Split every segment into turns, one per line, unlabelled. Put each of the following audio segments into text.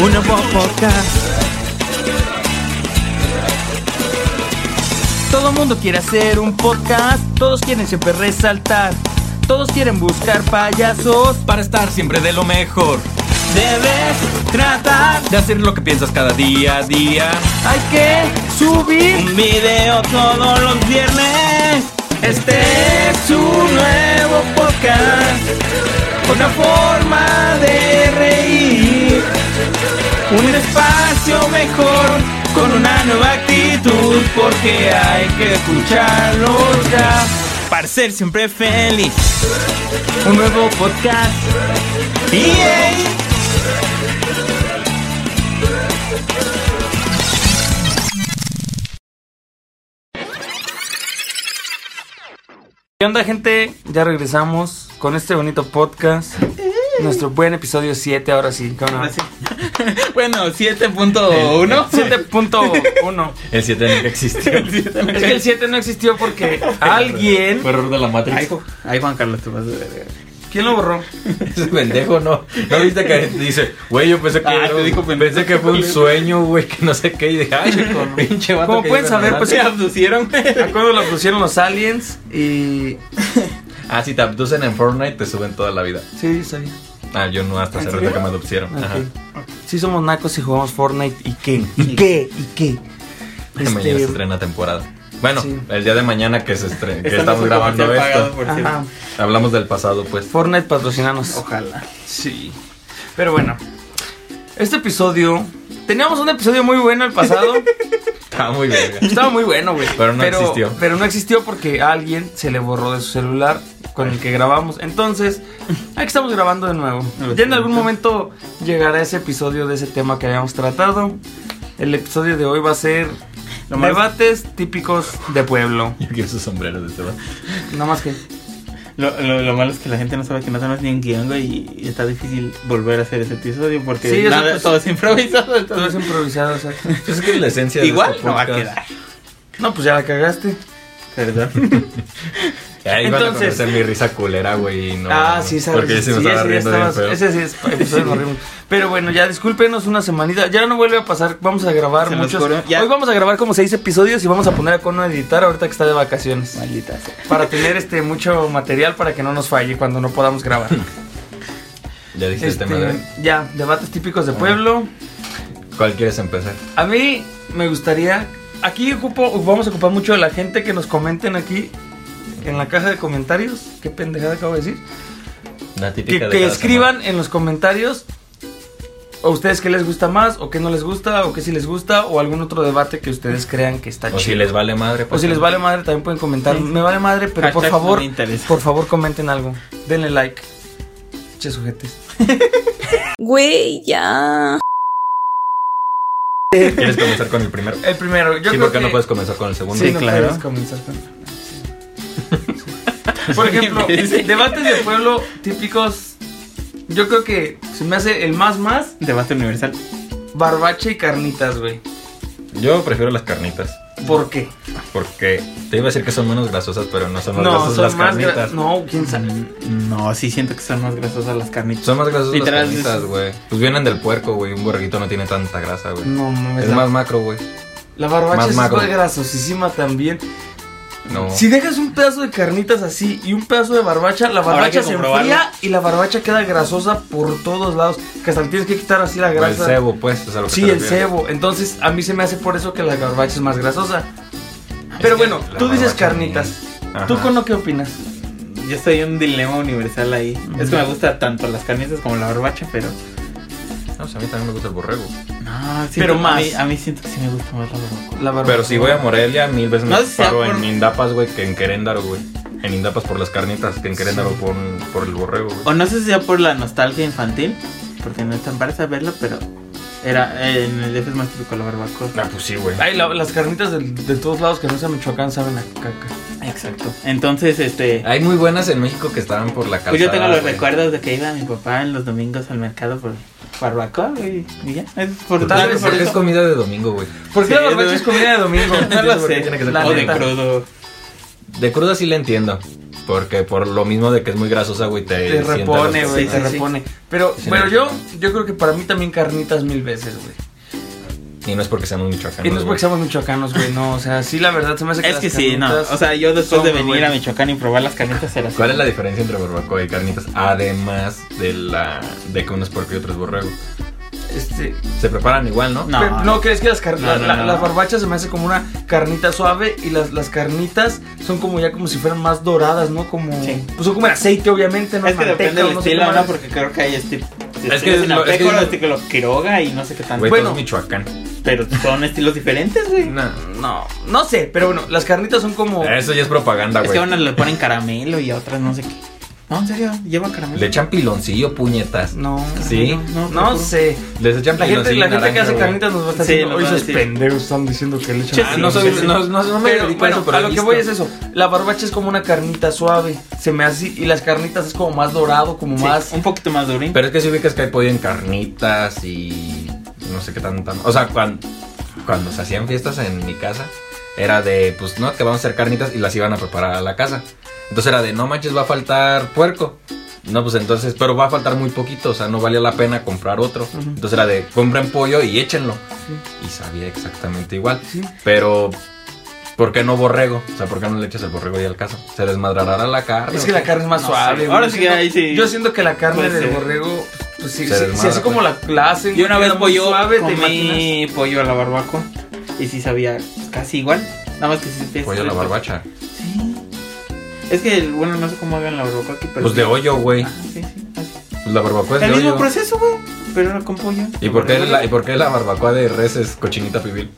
un nuevo podcast. Todo mundo quiere hacer un podcast, todos quieren siempre resaltar. Todos quieren buscar payasos,
para estar siempre de lo mejor.
debes tratar.
De hacer lo que piensas cada día a día.
Hay que subir
Un video todos los viernes.
Este es un nuevo podcast, una forma de reír, un espacio mejor con una nueva actitud, porque hay que escucharlos ya para ser siempre feliz. Un nuevo podcast, ¡Yay! ¿Qué onda, gente? Ya regresamos con este bonito podcast. Nuestro buen episodio 7, ahora sí. ¿cómo no?
Bueno, 7.1.
7.1.
El 7 nunca existió.
Es que el 7 no existió porque alguien.
Fue error de la
Ay,
Matrix.
Ju- eh, ay, Juan Carlos, te vas eh. de verga.
¿Quién lo borró?
Ese pendejo no. ¿No viste que dice, güey, yo pensé que,
Ah,
era
te
un-
dijo pendejo.
pensé que fue un sueño, güey, que no sé qué? Y dije, ay, pinche vato.
Como
que
pueden
iba a
saber,
nadar".
pues-
Se abducieron.
Acuerdo lo pusieron los aliens y.
Ah, si te abducen en Fortnite, te suben toda la vida.
Sí, sabía.
Ah, yo no, hasta hace
¿En
rato
serio?
que me adoptaron. Ajá.
Sí, somos nacos y jugamos Fortnite. ¿Y qué? ¿Y qué? ¿Y qué?
Mañana se
Este,
estrena temporada. Bueno,
Sí.
el día de mañana que, se estre- que
Están
estamos
los
grabando
comerciales pagados,
esto.
por cierto.
ajá.
Hablamos del pasado, pues.
Fortnite patrocinanos.
Ojalá.
Sí. Pero bueno, este episodio. Teníamos un episodio muy bueno el pasado.
Está muy verga.
Estaba muy bueno, güey.
Pero no existió.
Pero no existió porque a alguien se le borró de su celular con el que grabamos. Entonces, aquí estamos grabando de nuevo.
A ver,
Ya en algún momento llegará ese episodio de ese tema que habíamos tratado. El episodio de hoy va a ser
Lo malo-
debates típicos de pueblo.
Yo quiero su sombrero de este vato.
Nada más que.
Lo, lo- lo malo es que la gente no sabe que no sabemos ni en guión, güey, y, y está difícil volver a hacer ese episodio porque
Sí, o sea,
nada,
pues-
todo es improvisado.
Todo es
entonces-
improvisado, exacto.
Pues es que la esencia de
Igual
este
no va a
podcast-
quedar.
No, pues ya la cagaste.
Perdón.
Ya iban a
Entonces-
conocer mi risa culera, güey. y No,
ah, sí, sabes.
Porque ese me
sí,
estaba
ese ya
riendo bien
estabas-
feo.
ese sí es episodio de Barrimos. Pero bueno, ya discúlpenos una semanita. Ya no vuelve a pasar. Vamos a grabar
Se los
muchos.
juro, ya.
Hoy vamos a grabar como seis episodios y vamos a poner a Cono a editar ahorita que está de vacaciones.
Maldita sea.
Para tener este mucho material para que no nos falle cuando no podamos grabar.
Ya dijiste
Este,
el tema Ah. de hoy.
ya, debates típicos de pueblo.
¿Cuál quieres empezar?
A mí me gustaría. Aquí ocupo, vamos a ocupar mucho de la gente que nos comenten aquí en la caja de comentarios. Qué pendejada acabo de decir.
La
que,
típica de
que
cada
escriban en los comentarios a ustedes qué les gusta más o qué no les gusta o qué sí les gusta o algún otro debate que ustedes crean que está
semana. O si
chido.
les vale madre.
o
pues,
si les vale madre también pueden comentar.
Sí.
Me vale madre, pero por
Hashtag no
favor,
me interesa.
por favor comenten algo. Denle like. Che sujetes.
Güey, ya.
¿Quieres comenzar con el primero?
El primero, Eh, yo
sí,
creo
porque
que
no puedes comenzar con el segundo.
Sí,
Sí,
no
claro.
puedes comenzar con- Sí. Por ejemplo, debates de pueblo típicos. Yo creo que se me hace el más más
Debate universal.
barbache y carnitas, güey.
Yo prefiero las carnitas.
¿Por qué?
Porque te iba a decir que son menos grasosas, pero no son más grasosas
son
las
más gra-
carnitas.
No, quién sabe.
Mm, No, sí siento que son más grasosas las carnitas.
Son más grasosas
Literal,
las carnitas,
es-
güey. Pues vienen del puerco, güey. Un borreguito no tiene tanta grasa, güey.
No mames.
es
la,
más macro, güey.
la barbacha
más
es
magro.
súper grasosísima también.
No.
Si dejas un pedazo de carnitas así y un pedazo de barbacha, la
Habrá que
barbacha se
comprobarlo.
enfría y la barbacha queda grasosa por todos lados. Que hasta le tienes que quitar así la
O el
grasa.
cebo, pues. es a lo que
Sí,
te
el
refieres.
cebo. Entonces, a mí se me hace por eso que la barbacha es más grasosa. Pero
que
bueno,
la
tú dices
barbacha
carnitas.
Ajá.
¿Tú con lo que opinas?
Yo estoy en un dilema universal ahí. Es que me gusta tanto las carnitas como la barbacha, pero.
No, pues a mí también me gusta el borrego.
No, siento-
Pero más.
A mí, a mí siento que sí me gusta más la barbacha.
La barbacha.
Pero si voy a Morelia, mil veces me
No sé si sea
paro
por-
en Indapas, güey, que en Queréndaro, güey. En Indapas por las carnitas, que en Queréndaro por, por el borrego, güey.
O no sé si sea por la nostalgia infantil, porque no es tan para saberlo, pero. Era, eh, en el DF es más típico la barbacoa.
Ah, pues sí, güey.
Ay, la- las carnitas del- de, todos lados que no sean Michoacán saben a caca.
Exacto. Entonces, este.
Hay muy buenas en México que estaban por la calzada.
Pues yo tengo los
Ah, güey.
recuerdos de que iba mi papá en los domingos al mercado por barbacoa y, y ya. Es por
Pues Tal
tal
vez
por
porque es
eso.
comida de domingo, güey.
¿Por qué
Sí,
la barbacha
no-
es comida de domingo?
No lo
porque
sé.
tiene que ser
La
o de
neta.
crudo.
De cruda sí la entiendo. Porque por lo mismo de que es muy grasosa, güey, te,
Te
sienta
repone,
los-
güey,
Sí,
te
sí, sí.
repone. Pero,
Sí,
pero
no.
yo, yo creo que para mí también carnitas mil veces, güey.
Y no es porque seamos michoacanos.
Y no es
güey.
porque seamos michoacanos, güey, no. O sea, sí, la verdad se me hace
Es
las
que sí, no.
carnitas-
O sea, yo después
son
de
muy
venir a
buenas.
Michoacán y probar las carnitas se las.
¿Cuál es la diferencia entre barbacoa y carnitas? Además de la de que uno es puerco y otro es borrego.
Este,
Se preparan igual, ¿no?
No.
Pero, no, crees que las, car-
No,
la-
no,
la-
no.
las barbachas se me hace como una carnita suave y las, las carnitas son como ya como si fueran más doradas, ¿no? Como,
Sí.
pues son como el aceite, obviamente, no
Es que
Manteca,
depende
o
del
no sé
estilo,
cómo
¿no?
es.
Porque creo que hay este.
Es que es lo- es que
Sinalteco,
es-
estilo Quiroga y no sé qué tanto.
Güey,
Bueno.
todo es Michoacán.
Pero son estilos diferentes, güey.
No.
No, no sé, pero bueno, las carnitas son como
Eso ya es propaganda,
Es que
güey.
a unas le ponen caramelo y a otras no sé qué. No, en serio, lleva caramelo.
Le echan piloncillo, puñetas.
no,
Sí.
no,
No,
no
no.
sé.
Les echan
La gente,
piloncillo
la gente que
naranja,
hace
güey.
carnitas nos va a estar
Sí,
diciendo,
nos
"Oye,
va a
esos
decir.
pendejos están diciendo que le echan
Ah, no, soy,
piloncillo".
no, no, no me
Pero,
dedico a
bueno,
eso, pero
a
he
lo que
visto.
voy es eso. La barbacha es como una carnita suave, se me hace y las carnitas es como más dorado, como
Sí,
más
un poquito más durín.
Pero es que si ubicas que hay pollo en carnitas y no sé qué tanta. O sea, cuan- cuando se hacían fiestas en mi casa, era de, pues no, que vamos a hacer carnitas y las iban a preparar a la casa. Entonces era de, no manches, va a faltar puerco. No, pues entonces, pero va a faltar muy poquito, o sea, no valía la pena comprar otro. Entonces era de, compren pollo y échenlo. Y sabía exactamente igual.
Sí.
Pero, ¿por qué no borrego? O sea, ¿por qué no le echas el borrego y al caso? Se desmadrará la carne.
Es que la carne es más
No
suave.
sé.
güey.
Ahora
Yo
sí,
siento-
ahí sí.
Yo siento que la carne
Puede
del
ser.
borrego, pues sí,
Se
sí,
desmadra,
sí, así
pues.
como la clase.
Y una vez pollo
suave, te imaginas.
comí pollo a la barbacoa y sí sabía casi igual, nada más que sí te
Pollo a la barbacha.
Sí. Es que el- bueno, no sé cómo hagan la barbacoa aquí, pero
Pues de
sí.
hoyo, güey.
Ah, sí, sí.
Pues la barbacoa es
el
de
mismo
hoyo.
proceso, güey, pero era con pollo.
¿Y por, qué la, ¿Y por qué la barbacoa de res es cochinita pibil?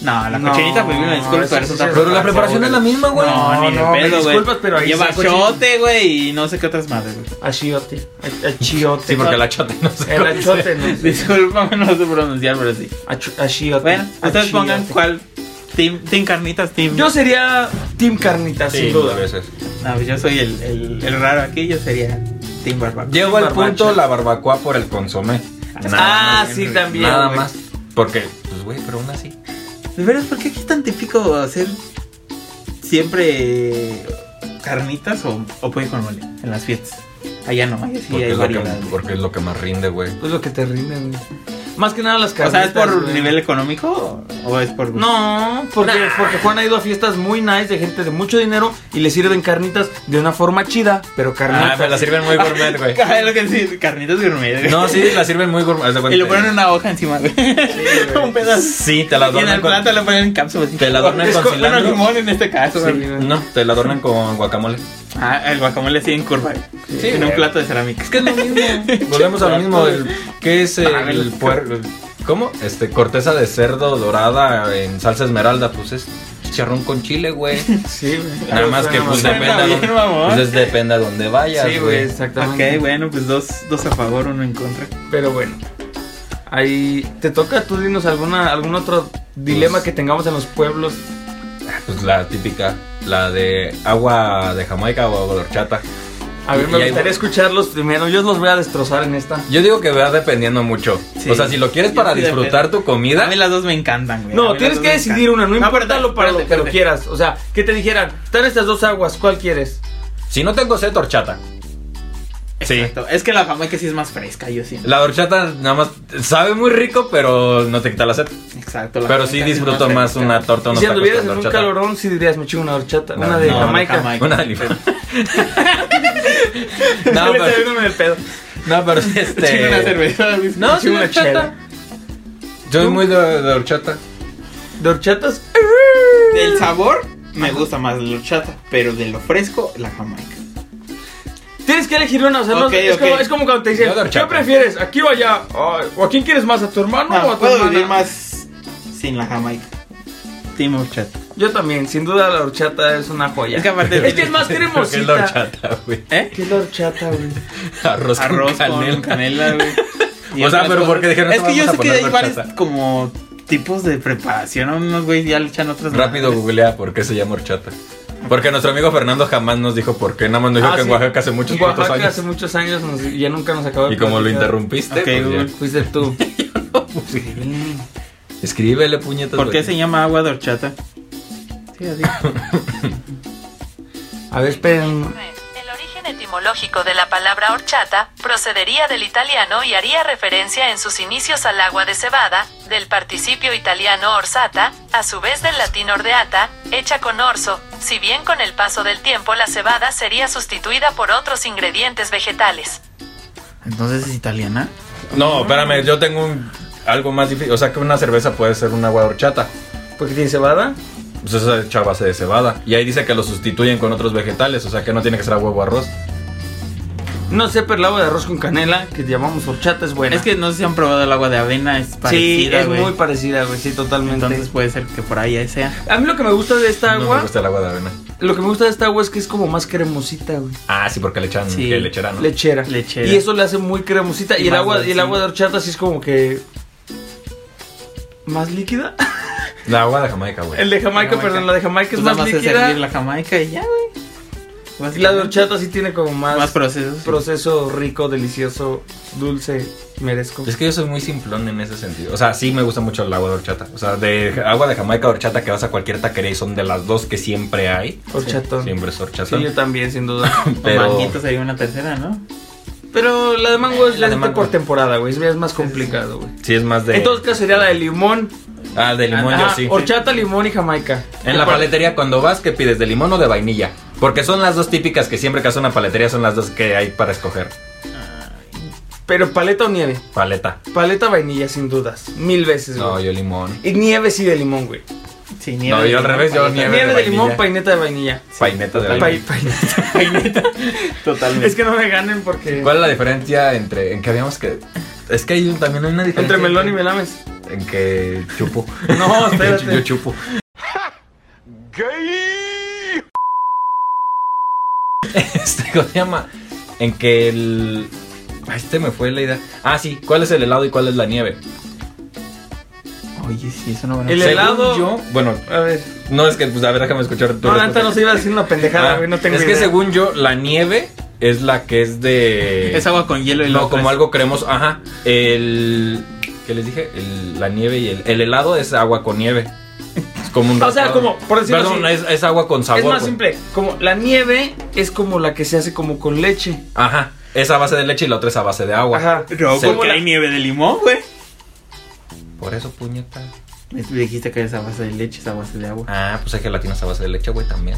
No, la
No,
cochinita pues me disculpa,
eso
pero
sí
es otra
se-
Pero la
Barbacoa,
preparación
güey.
es la misma, güey.
No, ni
no,
de
me
pedo, güey.
disculpas, pero ahí
Lleva
sí se-
chote, güey, y no sé qué otras madres, güey.
Achiote. a- Achiote.
sí, porque el achote no se
El
conoce.
achiote, no sé.
Disculpame, no sé pronunciar, pero sí.
Achu- Achiote.
Bueno, ustedes
Achiote.
pongan cuál team, team carnitas, team.
Yo sería Team Carnita,
Sí,
sin duda.
mil veces.
No, pues yo soy el, el, el raro aquí, yo sería team barbacoa.
Llevo al
Barbacha.
punto la barbacoa por el consomé.
ah,
más.
sí, también.
Nada
güey.
más. Porque, pues, güey, pero aún así.
De veras, ¿por qué aquí es tan típico hacer siempre carnitas o, o pollo con mole en las fiestas? Allá no, allá sí
Porque,
hay
es, lo que,
variedad.
porque es lo que más rinde, güey.
Pues lo que te rinden, güey. Más que nada las
O
carnitas.
sea, ¿es por
güey.
nivel económico o es por...
No, porque, porque Juan ha ido a fiestas muy nice de gente de mucho dinero y le sirven carnitas de una forma chida, pero carnitas.
Ah, me la sirven muy gourmet, güey.
Ah, Es lo que decir, carnitas gourmet. güey.
No, sí, la sirven muy gourmet. haz de
Y le
cuenta.
ponen una hoja encima, güey.
güey.
Un pedazo.
Sí, te la
Y en
adornan
el
con...
plato le ponen cápsulas.
Te la adornan
Es
con
Bueno,
cilantro.
limón en este caso.
Sí,
güey.
güey.
No, te la adornan con guacamole.
Ah, el guacamole así en curva. güey.
Sí,
en un
güey.
plato de cerámica.
Es que es lo mismo. Volvemos a lo mismo. El, ¿Qué es
Ah,
el,
el
puerco? ¿Cómo? Este, corteza de cerdo dorada en salsa esmeralda, pues es chicharrón con chile, güey.
Sí, güey.
Nada más que pues
Suena
depende a
bien,
dónde-
mamón.
pues, es depende a dónde vayas,
Sí, güey,
güey.
exactamente.
Ok, bueno, pues dos, dos a favor, uno en contra.
Pero bueno, ahí te toca tú dinos alguna, algún otro dilema
Pues-
que tengamos en los pueblos.
Pues la típica, la de agua de Jamaica o agua de horchata.
A ver, me
Y ahí
gustaría
voy.
escucharlos primero. Yo los voy a destrozar en esta.
Yo digo que va dependiendo mucho.
Sí.
O sea, si lo quieres
Yo
para
sí
disfrutar tu
A
comida,
mí las dos me encantan, güey. A
No,
mí
tienes
las dos
que
me
decidir una,
encantan.
no importa
espérate,
lo para lo
espérate,
que lo
espérate.
quieras. O sea, que te dijeran, están estas dos aguas, ¿cuál quieres?
si no tengo sed, horchata. Sí.
Exacto. Es que la fama que sí es más fresca, yo siento.
La horchata nada más sabe muy rico, pero no te quita la sed.
Exacto. la
Pero
fama
sí
que es
disfruto más
fresca.
una torta,
Y
unos
si
tacos
anduvieras
con
en un
horchata.
calorón, sí dirías, me chingo una horchata,
No,
una de
no, una de
Jamaica.
Jamaica.
Una de limón. no,
No,
pero,
el pedo.
no, pero sí,
Chingo una
este.
cerveza. güey.
No, sí,
Chingo
una
una
horchata.
chela.
Yo soy muy de, de horchata.
¿De horchatas?
Del sabor me gusta más la horchata, pero de lo fresco, la jamaica.
Tienes que elegir una, o sea, no-
Ok,
es,
ok.
Como, es como cuando te dicen,
Yo de
¿qué
horchata.
prefieres? ¿Aquí o allá? Ay, ¿O a quién quieres más? ¿A tu hermano o a
No,
tu
puedo
hermana?
vivir más sin la jamaica. Team horchata.
Yo también, sin duda la horchata es una joya.
Es que aparte-
Es que es más cremosita.
¿Qué es la horchata, güey?
¿Eh?
¿Qué es la horchata, güey?
Arroz,
Arroz
con canela.
con canela, güey. Y
O
otras
sea, pero
cosas.
porque dijeron,
Es
"No
que yo
vamos a
sé que hay
ponerle
varios
horchata".
como tipos de preparación. Unos güeyes ya le echan otras.
Rápido
madres.
googlea por qué se llama horchata. Porque nuestro amigo Fernando jamás nos dijo por qué. Nada más nos dijo
Ah,
que en
sí.
Oaxaca hace muchos
En Oaxaca
cuantos años.
hace muchos años nos- y ya nunca nos acabó de
Y como lo
platicar.
interrumpiste,
Ok,
pues
Google.
ya.
Fuiste tú.
Escríbele puñetas.
¿Por qué
güey.
se llama agua de horchata? Sí, así.
A ver, esperen.
El origen etimológico de la palabra horchata procedería del italiano y haría referencia en sus inicios al agua de cebada, del participio italiano orsata, a su vez del latín ordeata, hecha con orzo, si bien con el paso del tiempo la cebada sería sustituida por otros ingredientes vegetales.
Entonces es italiana.
No, espérame, yo tengo un- algo más difícil. O sea, que una cerveza puede ser un agua de horchata.
¿Por qué tiene cebada?
Pues eso es hecha a base de cebada. Y ahí dice que lo sustituyen con otros vegetales. O sea, que no tiene que ser agua o arroz.
No sé, pero el agua de arroz con canela, que llamamos horchata, es buena.
Es que no sé si han probado el agua de avena, es
sí,
parecida,
es
güey.
muy parecida, güey, sí, totalmente.
Entonces puede ser que por ahí sea.
a mí lo que me gusta de esta
No
agua,
me gusta el agua de avena.
lo que me gusta de esta agua es que es como más cremosita, güey.
Ah, sí, porque le echan
Sí.
que lechera, ¿no?
Lechera.
Ah, Lechera.
Y eso le hace muy cremosita.
Y
Y, el
más
agua, y el
dulce.
agua de horchata sí es como que. ¿Más líquida?
La agua de Jamaica, güey.
El de Jamaica,
Jamaica.
perdón, la de Jamaica es
Pues
más
nada es
líquida.
servir la jamaica y ya, güey.
Y la de horchata sí tiene como más,
Más procesos.
proceso rico, delicioso, dulce, merezco.
Es que yo soy muy simplón en ese sentido. O sea, sí me gusta mucho el agua de horchata. O sea, de agua de Jamaica horchata que vas a cualquier taquería y son de las dos que siempre hay.
Horchatón. Sí,
Siempre es horchata.
yo también, sin duda.
pero-
O manguito sería una tercera, ¿no?
Pero la de mango es
La
la
de
de
mango.
por temporada, güey. Es más complicado, güey.
Sí, es más de.
En todo caso sería la de limón.
ah, de limón,
Ajá,
yo sí.
Horchata, limón y jamaica.
En la paletería, cuando vas, ¿qué pides? ¿De limón o de vainilla? Porque son las dos típicas que siempre que haces una paletería son las dos que hay para escoger.
Pero paleta o nieve.
Paleta.
Paleta vainilla, sin dudas. Mil veces, güey.
No, yo limón.
Y nieve sí de limón, güey.
Sí,
No, yo al
de
revés, yo
paleta.
Nieve
Nieve,
de
de,
vainilla.
limón, paineta de vainilla.
Paineta de
Pa-
vainilla.
paineta.
Totalmente.
es que no me ganen porque.
¿Cuál es la diferencia entre. en que habíamos que. Es que hay un- también hay una diferencia.
Entre melón y melames.
En que chupo. En
No,
que
espérate.
Yo chupo. Este, ¿cómo se llama? En que el. Ay, Este me fue la idea. Ah, sí. ¿Cuál es el helado y cuál es la nieve?
Oye, sí, es una buena.
El
Según
helado-
Yo, bueno,
A ver.
no es que, pues a ver, déjame escuchar. tu
No, la neta
respuesta.
no se iba a decir una pendejada,
Ah,
güey. No tengo
Es
idea.
que según yo, la nieve es la que es de.
Es agua con hielo y la
No,
otra
como
es-
algo cremoso. Ajá. El. ¿Qué les dije? El- la nieve y el. El helado es agua con nieve. Es como un.
O sea,
raspado.
como, por decirlo
Perdón,
así.
es, es agua con sabor.
Es más
güey.
simple. Como la nieve es como la que se hace como con leche.
Ajá. Es a base de leche y la otra es a base de agua.
Ajá.
No,
Se-
porque hay nieve de limón, güey.
Por eso, puñeta.
Me dijiste que es a base de leche, es a base de agua.
Ah, pues hay gelatinas a base de leche, güey, también.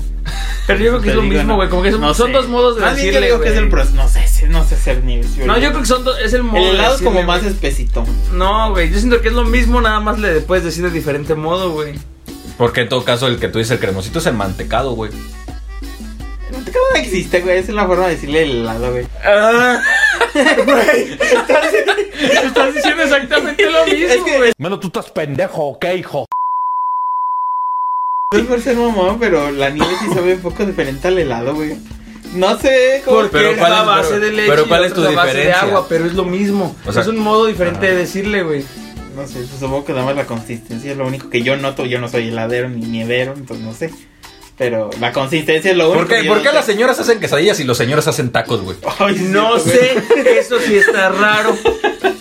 Pero yo creo que
Te
es lo
digo,
mismo,
no.
güey. Como que son,
No
son
sé.
dos modos de
Más bien
decirle.
yo digo que es
güey.
el proceso. No sé, si- no sé ser nieve.
No, yo creo que son dos, es el modo.
El
de
helado es como
decirle,
más
güey.
espesito.
No, güey. Yo siento que es lo mismo, nada más le puedes decir de diferente modo, güey.
Porque en todo caso, el que tú dices, el cremosito es el mantecado, güey.
No te no existe, güey. Esa es la forma de decirle el helado, güey.
Ah, Estás diciendo exactamente lo mismo, güey.
Mano, tú estás pendejo, ¿ok, hijo?
No es por ser mamón, pero la nieve sí sabe un poco diferente al helado, güey. No sé cómo.
Porque
Pero
es
¿cuál
la
es-
base
pero-
de leche
pero
y
¿cuál
la
es
otra
tu
la base de
diferencia?
agua, pero es lo mismo.
O sea,
es un modo diferente
ajá.
de decirle, güey.
No sé, pues supongo que nada más la consistencia es lo único que yo noto. Yo no soy heladero ni nievero, entonces no sé. Pero la consistencia es lo único.
¿Por qué,
que yo
¿por qué
noto.
las señoras hacen quesadillas y los señores hacen tacos, güey?
Ay, sí,
No
cierto, güey.
sé, eso sí está raro.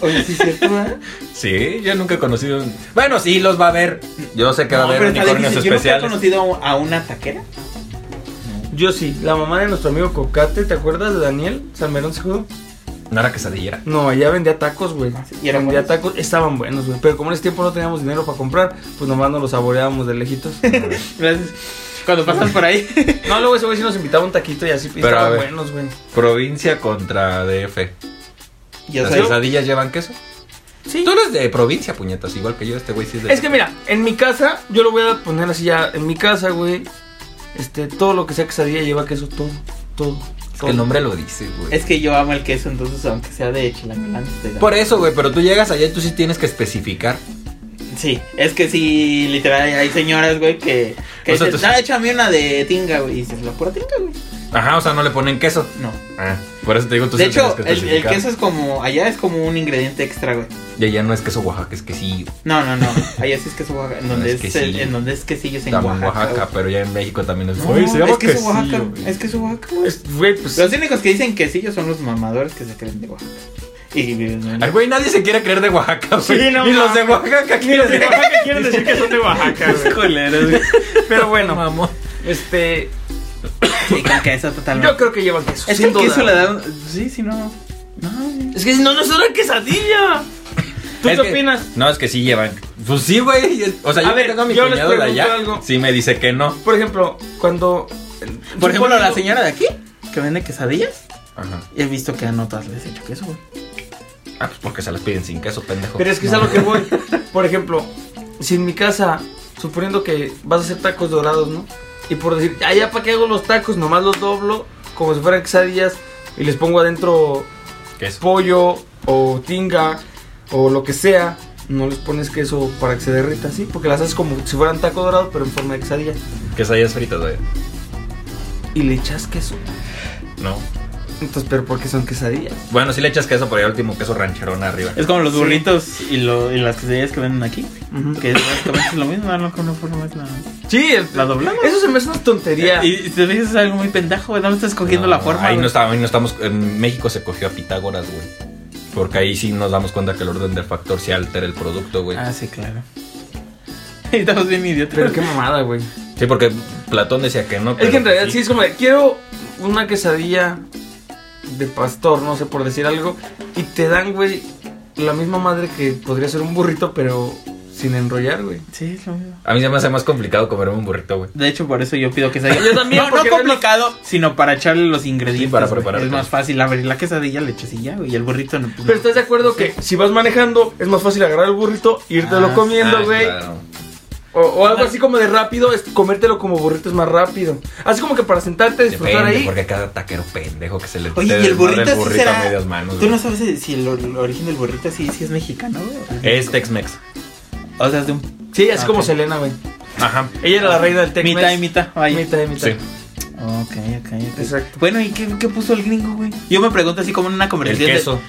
Oye, sí, es cierto, ¿verdad?
Sí, yo nunca he conocido. un- Bueno, sí, los va a haber. Yo sé que va
No,
a haber
pero está difícil. Yo
unicornios
nunca he
especiales.
conocido a una taquera.
Yo sí, la mamá de nuestro amigo Cocate, ¿te acuerdas de Daniel Salmerón Sejudo?
No era quesadillera.
No, ella vendía tacos, güey.
Ah, sí, y eran
Vendía
buenos.
tacos, estaban buenos, güey. Pero como en ese tiempo no teníamos dinero para comprar, pues nomás nos los saboreábamos de lejitos.
Gracias. Cuando pasas por ahí.
No, luego ese güey sí nos invitaba un taquito y así y
Pero, a
estaban
ver.
buenos, güey.
Provincia contra DF.
Yo
¿Las
soy.
quesadillas llevan queso?
Sí.
Tú eres de provincia, puñetas, igual que yo. Este güey sí es de.
Es que mira, en mi casa, yo lo voy a poner así ya, en mi casa, güey. Este, todo lo que sea quesadilla lleva queso, todo, todo.
Es
todo.
que el nombre lo dice, güey.
Es que yo amo el queso, entonces aunque sea de chilangalán. estoy de-
Por eso, güey, pero tú llegas allá y tú sí tienes que especificar. e-
Sí, es que sí, literal, hay señoras, güey, que, que
O sea,
dicen,
tú-
ah, échame una de tinga, güey. Y dices, la pura tinga, güey.
Ajá, o sea, no le ponen queso.
No.
Ah, por eso te digo, tú
de
sí
hecho,
tienes que
el, el
especificar.
queso es como, allá es como un ingrediente extra, güey.
Y allá no es queso Oaxaca, es quesillo.
No, no, no. Allá sí es queso Oaxaca. En donde
es
es,
quesillo.
el- en donde es quesillo, es en
También
Oaxaca.
Oaxaca,
güey.
pero ya en México también es.
No,
Güey,
es queso
quesillo,
Oaxaca.
güey.
Es queso Oaxaca, güey.
Es- Güey, pues.
Los únicos que dicen quesillo son los mamadores que se creen de Oaxaca. Y viven en-
Ay, güey, nadie se quiere creer de Oaxaca, güey.
Sí, no
Ni los de
mames.
Oaxaca
Ni los de
quieren.
Oaxaca quieren decir que son de Oaxaca, güey.
Culeros, güey.
Pero
No,
bueno,
mamón.
este.
Sí, con queso totalmente.
Yo creo que lleva queso.
Ah, es que
sin
el queso
duda.
le da un... Sí, si no... No,
Es que si no, no es una quesadilla. ¿Tú
Es
qué
que-
opinas?
No, es que sí llevan. Pues sí, güey. es- O sea,
A
yo que
ver,
tengo a mi
yo les
cuñado de
pregunto
allá.
algo.
Sí me dice que no.
Por ejemplo, cuando.
Por ejemplo,
suponiendo-
la señora de aquí, que vende quesadillas,
Ajá.
he visto que a no todas les he hecho queso, güey.
Ah, pues porque se las piden sin queso, pendejo.
Pues
Pero es que es a lo que voy. Por ejemplo, si en mi casa, suponiendo que vas a hacer tacos dorados, ¿no? Y por decir, ah, ya para qué hago los tacos, nomás los doblo como si fueran quesadillas y les pongo adentro
Queso.
pollo o tinga o lo que sea. No les pones queso para que se derrita así, porque las haces como si fueran taco dorado, pero en forma de quesadilla.
Quesadillas fritas, güey.
Y le echas queso.
No.
Entonces, ¿pero por qué son quesadillas?
Bueno, sí le echas queso, pero ya el último queso rancherón arriba.
Es como los burritos y, lo, y las quesadillas que venden aquí,
Ujú.
que es básicamente lo mismo, no con una forma es la...
Sí, el-
La doblamos.
Eso se me hace una tontería.
Y y te dices algo muy pendejo, güey, no me estás cogiendo
No,
la forma.
Ahí
güey.
no, está- ahí no estamos. En México se cogió a Pitágoras, güey. Porque ahí sí nos damos cuenta que el orden del factor sí altera el producto, güey.
Ah, sí, claro. Estamos bien idiotas.
Pero qué mamada, güey.
Sí, porque Platón decía que no.
Es
pero
que en realidad sí.
sí.
es como de, quiero una quesadilla de pastor, no sé, por decir algo. Y te dan, güey, la misma madre que podría ser un burrito, pero sin enrollar, güey.
Sí, es lo mismo.
A mí se me hace más complicado comerme un burrito, güey.
De hecho, por eso yo pido quesadilla.
Yo también,
No,
porque
no complicado, sino para echarle los ingredientes.
Sí, para
güey.
prepararte.
Es más fácil abrir la quesadilla, le echas y ya, güey. Y el burrito no. pues,
Pero
no.
estás de acuerdo que si vas manejando, es más fácil agarrar el burrito, írtelo
Ah,
comiendo,
Ah,
güey.
claro.
O, o algo así como de rápido, es comértelo como burrito es más rápido. Así como que para sentarte, disfrutar
Depende,
ahí.
porque cada taquero pendejo que se le se
Pues, Oye, ¿y
desmadra
el burrito, sí será?
a medias manos.
Tú no
güey.
sabes si el, or- el origen del burrito sí, sí es mexicano, güey.
Es Tex-Mex.
O sea, es de un.
Sí, así
Ah,
como
ok.
Selena, güey.
Ajá.
Ella era la reina del Tex-Mex.
Mitad y mitad, vaya.
Mitad y mitad.
Sí.
Ok, ok, ok.
Exacto.
Bueno, ¿y qué, qué puso el gringo, güey? Yo me pregunto así como en una
El
conversación. de-
queso.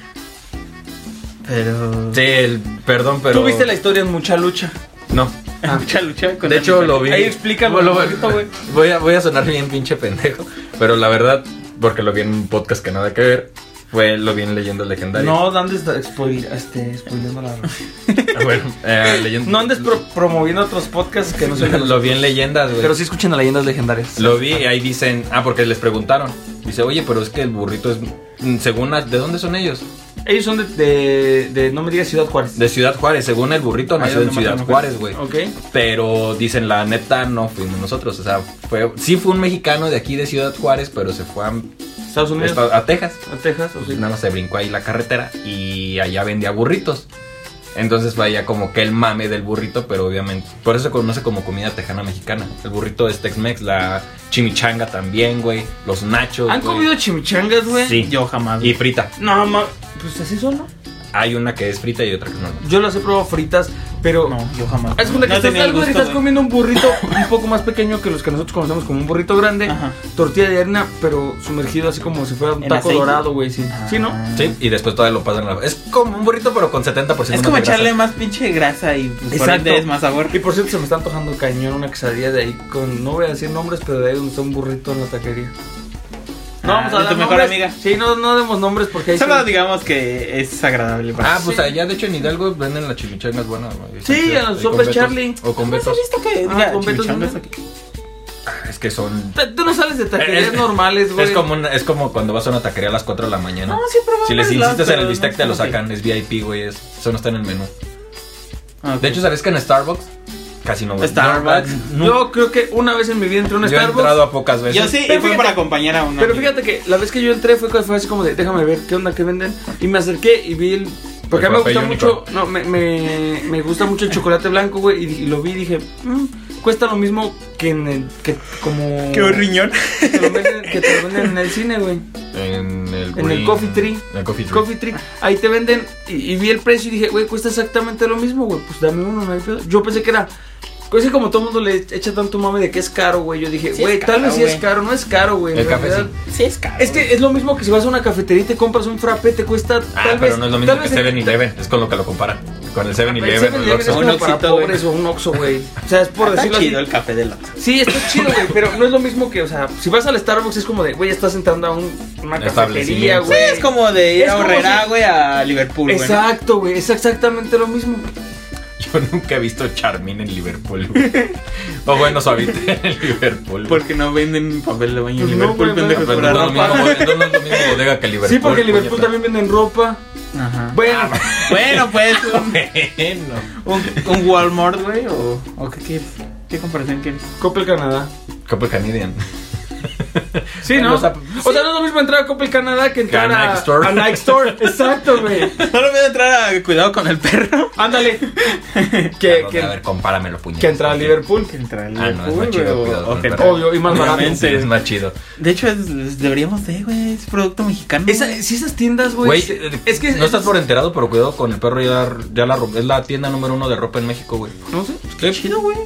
Pero.
Sí, el, perdón, pero.
Tú viste la historia en mucha lucha.
No.
Ah.
Lucha, lucha con
De
el
hecho,
animal.
lo vi.
Ahí explícame
Bueno,
un poquito, güey.
Voy a, voy a sonar bien pinche pendejo. Pero la verdad, porque lo vi en un podcast que nada que ver, fue lo vi en Leyendas Legendarias.
No andes da- spoil- este, spoileando la
Bueno, eh, Leyendas-
No andes pro- promoviendo otros podcasts que no son de los-
Lo vi en Leyendas, güey.
Pero sí escuchen a leyendas legendarias.
Lo vi y ahí dicen, ah, porque les preguntaron. Dice, oye, pero es que el burrito es, mm, según, la- ¿de dónde son ellos?
Ellos son de, de, de- no me digas Ciudad Juárez.
De Ciudad Juárez, según el burrito
Ahí
nació en
donde
Ciudad
matan
Juárez, güey.
Ok.
Pero dicen, la neta, no fuimos nosotros. O sea, fue, sí fue un mexicano de aquí de Ciudad Juárez, pero se fue a,
Estados Unidos.
esta- a Texas.
A Texas. o sí.
Pues nada más se brincó ahí la carretera y allá vendía burritos. Entonces fue allá como que el mame del burrito, pero obviamente. Por eso se conoce como comida tejana mexicana. El burrito es Tex-Mex, la chimichanga también, güey. Los nachos.
¿Han
güey.
comido chimichangas, güey?
Sí.
Yo jamás.
Y frita.
No, ma- pues así son, ¿no?
Hay una que es frita y otra que es normal.
Yo las he probado fritas, pero...
No, yo jamás.
Es
No
cuando que estás,
tenía el
algo de que
gusto,
estás
güey.
comiendo un burrito un poco más pequeño que los que nosotros conocemos como un burrito grande,
Ajá.
tortilla de harina, pero sumergido así como si fuera un
En
taco
aceite.
dorado, güey, sí.
Ah.
¿Sí, no?
Sí, y después todavía lo pasan a la. Es como un burrito, pero con
Es
70% más
como
de grasa.
echarle más pinche grasa y pues, por
Exacto.
ende es más sabor.
Y por cierto, se me está antojando cañón una quesadilla de ahí con, no voy a decir nombres, pero de ahí donde está un burrito en la taquería. No
Ah,
vamos a
de
dar
tu mejor
nombres.
amiga.
Sí, no, no demos nombres porque ahí
Solo
sí.
digamos que es agradable para
Ah, pues allá, de hecho, en Hidalgo venden las chimichangas buenas. güey.
Sí,
Ahí
a los
con
sopes
Betos.
Charlie.
O con
¿Has
Betos.
visto que
Ah,
diga
con Betos
chimichangas
también.
aquí?
Ah, Es que son
T- Tú no sales de taquerías
Es-
normales, güey.
Es como, una- es como cuando vas a una taquería a las 4 de la mañana.
No, sí he probado
si les
varios
insistes
lados,
en el
pero
bistec,
no
te lo
como que-
sacan. Es VIP, güey. es- eso no está en el menú.
Ah, ok.
De hecho, ¿sabes que en Starbucks? Casi no
Starbucks.
No, no,
Yo creo que una vez en mi vida entré a un
yo he
Starbucks.
entrado a pocas veces.
yo Pues sí, y
Pero
fue
fíjate-
para acompañar a una.
Pero
amiga.
fíjate que la vez que yo entré fue, fue así como de, déjame ver qué onda que venden. Y me acerqué y vi el... Porque
El
a mí me gusta
frappé
mucho, no, me, me, me gusta mucho el chocolate blanco, güey, y, y lo vi y dije, "Mm, cuesta lo mismo que en el, que como...
Qué riñón.
Pues,
que te lo venden- que te lo venden en el cine, güey.
En el,
En el
Green-
Coffee Tree.
En el Coffee Tree.
Coffee Tree. Ahí te venden. Y, y vi el precio y dije, güey, cuesta exactamente lo mismo, güey. Pues dame uno, no hay pedo. Yo pensé que era. Es que como todo el mundo le echa tanto mame de que es caro, güey. Yo dije,
Sí
güey,
es
tal
caro,
vez sí es
güey.
caro, no es caro, güey. en
El café
realidad.
Sí, es caro.
Es que es lo mismo que si vas a una cafetería y te compras un frappé, te cuesta.
Ah,
tal
pero
vez,
no es lo mismo
tal
que
vez en- Ah,
7-Eleven. Es con lo que lo comparan. Con el
el
7-Eleven. el
7-Eleven es
Oxxo.
como
Un
para
Oxxito, güey.
pobres o un Oxxo, güey. O sea, es por
por decirlo
decirlo así.
chido el café de la
Sí, está chido, güey, pero no es lo mismo que, o sea, si vas al Starbucks es como de, güey, estás entrando a un- una cafetería,
Establecimiento.
güey.
Sí, es como de ir
Es
a
como
Horrera,
si-
güey, a Liverpool, güey. ¿no?
Exacto, güey, es exactamente lo mismo.
Yo nunca he visto Charmin en Liverpool. güey. o bueno, suavite en Liverpool. güey.
Porque no venden papel de baño en
Pues no,
Liverpool,
güey, no,
pendejos,
Pero
por la
no, es lo mismo,
ropa.
bo- no es lo mismo bodega que Liverpool.
Sí, porque en Liverpool
puñeta.
también venden ropa.
Ajá.
Bueno,
Bueno, pues un,
Bueno.
un- un Walmart, güey, o, o qué, qué, qué comparación quieres.
Coppel Canadá.
Copa Canadian.
Sí, ¿no?
O
O sea,
sea, sí.
no es lo mismo entrar a Coppel Canadá que entrar
Que a
a,
Nike Store.
a Nike Store. Exacto, güey.
Solo voy a entrar a cuidado con el perro.
Ándale.
Que,
que,
a ver,
que,
compáramelo, puñetas.
que entrar a Liverpool.
Que entrar al
Ah, no,
Liverpool,
es más chido.
güey,
cuidado
o-
con
o que
el perro.
entrar-
Obvio, y más barato.
Sí, es más chido.
De hecho, es- es- deberíamos de, güey, es producto mexicano.
Esa, sí, esas tiendas, güey.
Güey,
es que.
no estás por enterado, pero cuidado con el perro. Ya, ya la, ro- es la tienda número uno de ropa en México, güey.
No sé.
Sí,
chido, güey.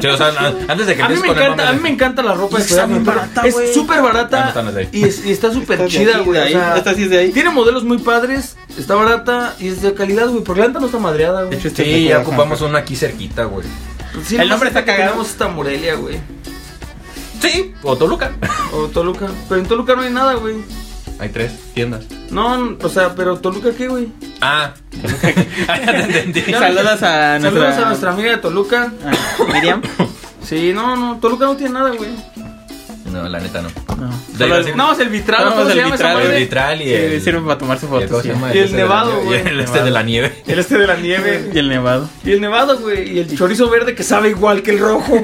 Sí, o sea, na- antes de que
A mí,
empieces
me
con el
encanta,
mame
a mí
de-
me encanta la
Y
ropa de
está
cuidado,
bien
pero
barata,
Es
güey.
súper
Ah, no
barata
están las de ahí.
y, es- y está súper
Esta de
chida,
aquí,
güey.
de
o
ahí,
sea,
esta sí es de ahí.
Tiene modelos muy padres, está barata y es de calidad, güey. Porque la neta no está madreada, güey.
De hecho, este
Sí,
te
ya
queda
ocupamos
Juanfer.
una aquí cerquita, güey.
Sí,
el
lo más
nombre está
cerca que
cagado.
Tenemos hasta Morelia, güey.
Sí, o Toluca.
O Toluca. Pero en Toluca no hay nada, güey.
Hay tres tiendas.
No, n- o sea, pero Toluca qué, güey.
Ah, Ah, ya te entendí.
Saludos a nuestra...
Saludos a nuestra amiga de Toluca.
a Miriam.
Sí, no, no, Toluca no tiene nada, güey.
No, la neta no.
No.
Ya iba a decir-
No, es el vitral,
Vamos
¿cómo se
al
llama esa
vitral,
el
madre?
vitral y
Sí,
el...
sirven para tomarse
y el- ¿cómo
fotos.
se
sí.
llama?
Y el
este de la
nevado,
nieve-
güey.
y El este de la nieve.
El este de la nieve.
Y el nevado.
Y el nevado, güey. Y el chorizo verde que sabe igual que el rojo.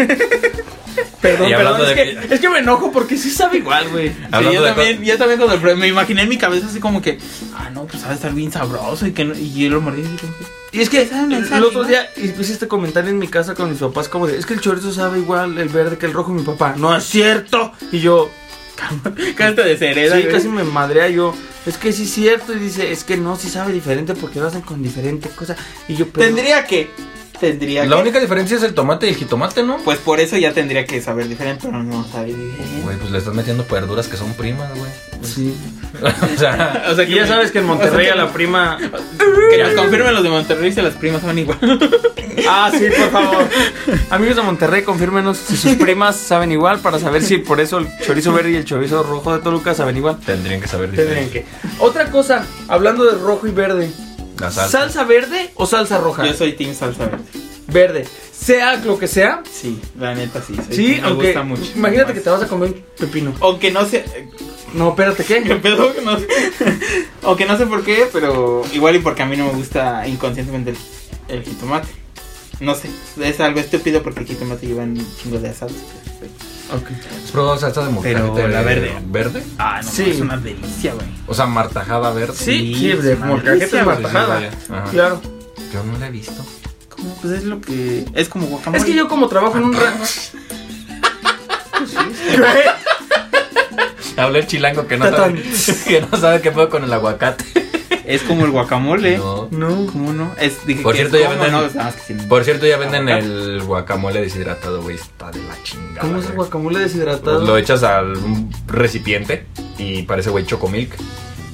perdón,
Y hablando
perdón. Es,
de-
que, es que me enojo porque sí sabe igual, güey.
Sí, yo,
Hablando de
también, yo también cuando probé, me imaginé en mi cabeza así como que, ah, no, pues ha de estar bien sabroso y que no- y yo lo mordí así como que,
Y es que
Sabe,
el
sabe
otro
igual.
día hice este comentario en mi casa con mis papás como de, es que el chorizo sabe igual el verde que el rojo, mi papá. No es cierto. Y yo,
casi te deshereda.
sí,
güey.
casi me madrea yo. Es que sí es cierto. Y dice, es que no, sí sabe diferente porque lo hacen con diferente cosa. Y yo, pero-
Tendría que, tendría
La
que.
única diferencia es el tomate y el jitomate, ¿no?
Pues por eso ya tendría que saber diferente, pero no sabe diferente.
Güey, pues le estás metiendo verduras que son primas, güey.
pues Sí.
O sea,
O sea,
Y ya
me-
sabes que en Monterrey a la prima...
Que nos confirmen los de Monterrey si las primas son igual.
Ah, sí, por favor. Amigos de Monterrey, confírmenos si sus primas saben igual para saber si por eso el chorizo verde y el chorizo rojo de Toluca saben igual.
tendrían que saber
Tendrían
diferente.
que. Otra cosa, hablando de rojo y verde.
La
¿Salsa,
salsa.
verde o salsa roja?
Yo soy Team Salsa Verde.
Verde. Sea lo que sea.
Sí, la neta sí. soy
Sí,
team,
aunque.
Me gusta mucho.
Imagínate
Más.
que te vas a comer un pepino.
Aunque no sea.
No, espérate,
¿Qué
¿qué?
pedo? No sé. Aunque no sé por qué, pero igual y porque a mí no me gusta inconscientemente el, el jitomate. No sé, es algo estúpido porque el jitomate lleva un chingo de asados.
¿Has probado salsa de
Pero
molcajete
la verde.
¿Verde?
Ah,
no, Sí. es una
delicia, güey.
O sea, martajada verde.
Sí,
Sí,
sí,
es
de
una
molcajete
delicia,
es
güey.
martajada.
Sí, sí, vaya. Ajá.
Claro.
Yo no la he visto.
¿Cómo? Pues es lo que. Es como guacamole.
Es que yo, como trabajo en un rancho. Güey,
Habló el chilango que no,
Tatán.
sabe, que no sabe qué puedo con el aguacate.
Es como el guacamole.
No.
No.
¿Cómo no? Es, dije
Por
que
cierto,
es
ya
como,
venden-
no, nada más que sin-
Por cierto, ya venden
Aguacate.
el guacamole deshidratado, güey. Está de la chingada.
¿Cómo es el
güey.
guacamole deshidratado?
Pues Lo echas al un recipiente y parece, güey, chocomilk.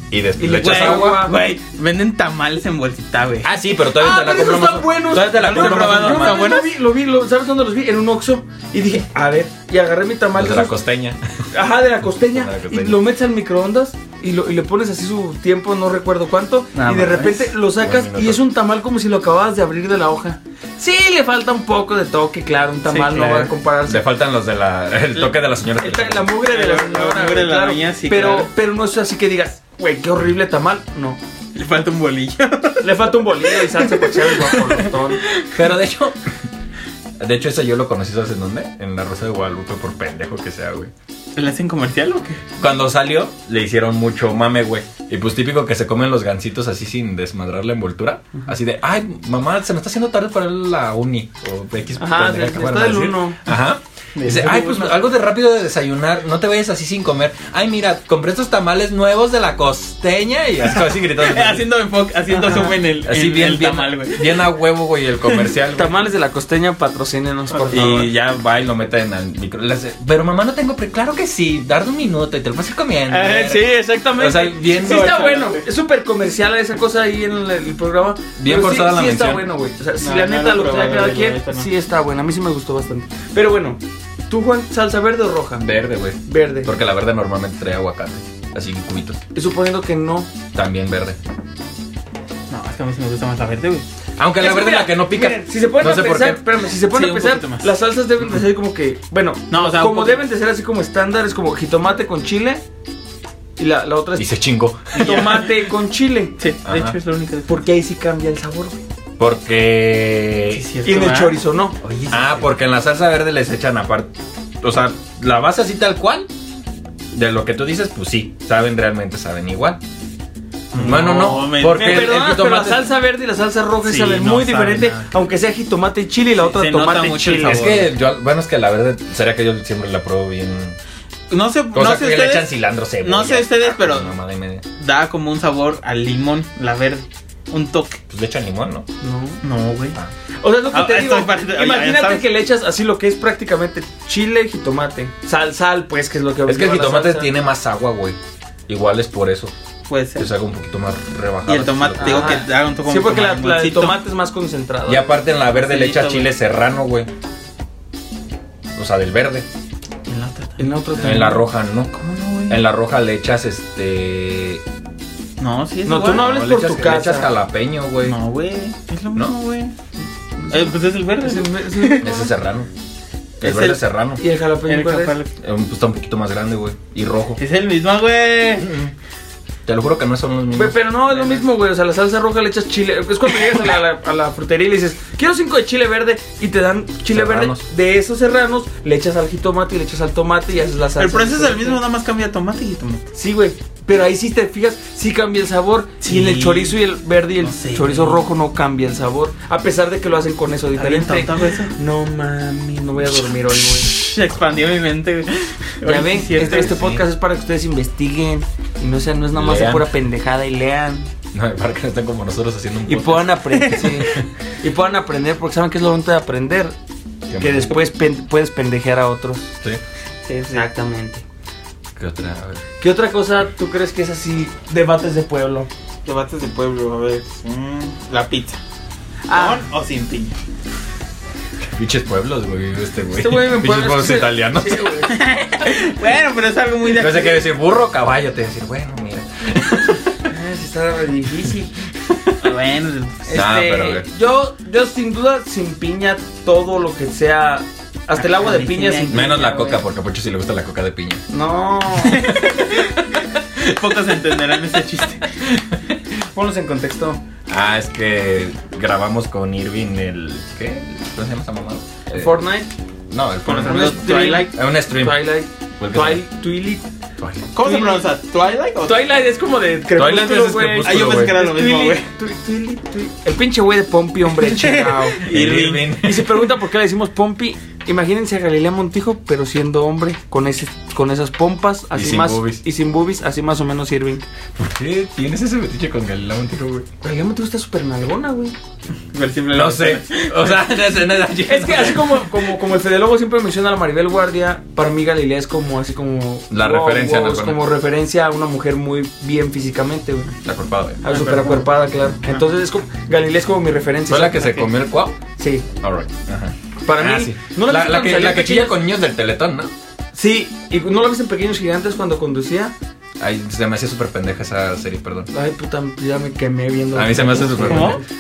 Y después
Y
le
le
echas
echas
agua.
agua.
Ah, Güey, venden tamales en bolsita, güey.
Ah, sí, pero todavía
Ah,
te la
pero esos
compramos.
están buenos.
Todavía te la
Yo
compramos.
probado,
normal.
yo
¿Están
lo
buenos?
vi, lo vi, lo- ¿sabes dónde los vi? En un Oxxo y dije, a ver, y agarré mi tamal.
Los de la
esos-
costeña.
Ajá, de la costeña.
De la costeña.
Y lo metes al microondas y, lo- y le pones así su tiempo, no recuerdo cuánto.
Ah,
Nada
y de
más.
repente lo sacas
Un minuto.
y es un tamal como si lo acababas de abrir de la hoja. Sí, le falta un poco de toque, claro, un tamal
claro.
no va a compararse.
Le faltan los de la. El toque de la señora.
Está la mugre de la
La
señora,
mugre
güey,
de la
claro.
doña, sí,
pero,
claro.
pero no es así que digas, güey, qué horrible tamal. No.
Le falta un bolillo.
Le falta un bolillo y salsa para echar el guacolotón.
Pero de hecho. De hecho, esa yo lo conocí, ¿sabes en dónde? En la Rosa de Guadalupe, por pendejo que sea, güey.
¿Le hacen comercial o qué?
Cuando salió, le hicieron mucho mame, güey. Y pues típico que se comen los gansitos así sin desmadrar la envoltura. Así de, ay, mamá, se me está haciendo tarde para la uni. O X.
Ajá,
pendeja que
se- se
fueran
está
a
el
decir.
uno.
Ajá. Dice,
Del
ay, pues
uno.
algo de rápido de desayunar. No te vayas así sin comer. Ay, mira, compré estos tamales nuevos de la costeña. Y así, así gritando.
Eh, haciendo enfoque, haciendo zoom en el,
Así
en
bien,
el
bien,
tamal, güey.
bien a huevo, güey, el comercial. güey.
Tamales de la costeña, patrocínenos, por favor.
Y ya va y lo meten al micro. le hace, Pero mamá, no tengo. pre-". Claro que sí, darle un minuto y te lo vas a ir comiendo.
Eh, sí, exactamente.
O sea, bien-
sí está bueno. Es súper comercial esa cosa ahí en el, el programa.
Bien
pero
forzada
sí,
la
sí está
mención.
bueno, güey. O sea, si
No,
la
no
neta
lo he
lo que
probado,
cada
güey,
quien,
la neta no.
sí está bueno. A mí sí me gustó bastante. Pero bueno, ¿tú, Juan, salsa verde o roja?
Verde, güey.
Verde.
Porque la verde normalmente trae aguacate. Así en cubitos.
Y Suponiendo que no.
También verde.
No, es que a mí sí me gusta más la verde, güey.
Aunque la
Es que
verdad es
mira,
la que no pica.
miren, si se ponen
no
a
sé por
pensar,
qué.
espérame, si se ponen
Sí,
a
un poquito
pensar,
más.
las salsas deben de ser como que, bueno,
No, o sea, un
como
poquito.
deben de ser así como estándares, como jitomate con chile y la, la otra
Y
es
se chingó.
tomate con chile.
Sí, de
Ajá.
hecho es la única diferencia.
Porque ahí sí cambia el sabor, güey.
Porque.
Sí, es cierto,
Y en el
¿verdad?
chorizo no.
Ah, porque en la salsa verde les echan aparte. O sea, la vas así tal cual. De lo que tú dices, pues sí. Saben, realmente saben igual. Bueno, no.
me-
porque
Me
el- el
perdonas, pero la
jitomate-
salsa verde y la salsa roja
Sí,
saben
no
muy
saben
diferente,
nada.
aunque sea jitomate y chile y la
Se-
otra
se nota
tomate y
mucho el
chile.
Es que yo, bueno, es que la verde, sería que yo siempre la pruebo bien.
No sé,
O
no
sea,
sé
que le echan
ustedes,
cilantro, cebolla.
no sé ustedes, pero-
tacos, mamada y media.
da como un sabor al limón, la verde. Un toque.
Pues le echan limón, ¿no?
No, no, güey.
Ah.
O sea, es lo que
Ah,
te
esto
digo.
me parece- oye, ya
Imagínate
sabes.
que le echas así lo que es prácticamente chile, jitomate, sal, sal, pues que es lo que
Es que el
lleva la
jitomate
salsa.
tiene más agua, güey. Igual es por eso.
Puede
Que
ser.
se haga un poquito más rebajado.
Y el tomate, digo
Ajá.
que da un toque
Sí, porque
como
la, la de
limoncito.
tomate es más concentrada.
Y aparte en la verde le echas
Cilito,
chile
güey.
serrano, güey. O sea, del verde.
En la otra
En la otra
En
también.
la roja no.
¿Cómo no, güey?
En la roja le echas este.
No, sí es
No, tú
igual.
no hables
le
por
echas- Le
tu
echas
casa.
jalapeño, güey.
No, güey. Es lo
¿No?
mismo, güey. Eh, pues es el verde.
Es el- es el-
Ese es serrano. El
Es
verde
el-
serrano.
y el jalapeño.
El
¿cuál es?
capal-
Eh, pues, Está un poquito más grande, güey. Y rojo.
Es el mismo, güey.
Te lo juro que no son los
Pe-
mismos.
Pero no, es lo mismo, güey. O sea, la salsa roja le echas chile. Es cuando llegas a la, a la- a la frutería y le dices, quiero cinco de chile verde. Y te dan chile verde.
Serranos.
De esos serranos, le echas al jitomate y le echas al tomate y haces la salsa.
El proceso es el mismo, nada más cambia tomate y tomate.
Sí, güey. Pero ahí sí te fijas, sí cambia el sabor.
Sí.
Y en el chorizo y el verde y el
No sé.
chorizo rojo no cambia el sabor. A pesar de que lo hacen con eso
Está bien
diferente.
tonto, güey, eso.
No mami, no voy a dormir hoy, güey.
Se expandió mi mente, güey.
Ya
Oye,
ven,
sí, cierto,
este, este
sí.
podcast es para que ustedes investiguen y no sea, no es nada más de
Lean.
pura pendejada y lean
No, para que no estén como nosotros haciendo un
y
podcast.
puedan aprender, sí. y puedan aprender porque saben que es lo bonito de aprender,
¿Qué
que
más?
después pen- puedes pendejear a otros.
Sí.
Exactamente.
¿Qué otra? A ver.
¿Qué otra cosa tú crees que es así debates de pueblo?
Debates de pueblo, a ver. mm, la pizza.
Ah.
¿Con o sin piña?
Pinches pueblos, güey. Este güey.
Este güey me
Pinches
pueblo
pueblos
es que-
italianos.
Sí, güey.
Bueno, pero es algo muy de
No sé
aquí.
qué decir, burro o caballo. Te voy a decir, bueno, mira.
Ah, sí está re difícil.
Bueno,
Este,
Ah, pero, güey.
yo, yo sin duda sin piña todo lo que sea, hasta el agua de piña sin piña,
Menos la
güey.
coca, porque a Pocho sí le gusta la coca de piña.
No.
pocos entenderán ese chiste.
Ponlos en contexto.
Ah, es que grabamos con Irving el. ¿Qué? ¿Cómo se llama esa mamada? Eh,
Fortnite,
No, el
Con nuestro
Fortnite.
amigo
Stream.
Twilight.
Eh, Un stream.
Twilight,
¿Por qué
Twilight, Twilight.
Twilight.
¿Cómo se pronuncia? ¿Twilight o
Twilight es como de
Twilight es
crepúsculo, güey.
crepúsculo,
Ah, yo pensé
güey.
que era lo mismo, güey.
Twilight, Twi- Twilight, Twi- El pinche güey de Pompi, hombre, chingao.
Irving.
Y se pregunta por qué le decimos Pompi. Imagínense a Galilea Montijo, pero siendo hombre, con ese, con esas pompas, así
sin
más
boobies.
y sin boobies, así más o menos Irving.
¿Por qué tienes ese fetiche con Galilea Montijo, güey?
Galilea Montijo está súper nalgona, güey.
Pero simplemente-
No sé. O sea, no sé nada. yo
Es que
no sé.
así como, como, como el Fede Lobo siempre menciona a la Maribel Guardia, para mí Galilea es como así como
La referencia, ¿no?
es como referencia a una mujer muy bien físicamente, güey.
La culpada, güey.
Ah, súper acuerpada, claro. Entonces es como Galilea es como mi referencia.
¿Fue la que se comió el cuau?
Sí.
Alright. Ajá.
Para
Ah,
mí
sí.
¿no la,
la, la
viste cuando
que,
salió
la
en
que chilla
Pequeños-
con niños del teletón, ¿no?
Sí, y no la viste en Pequeños Gigantes cuando conducía.
Ay, se me hacía súper pendeja esa serie, perdón.
Ay, puta, ya me quemé viendo.
A mí se me hace súper
¿Cómo?
pendeja.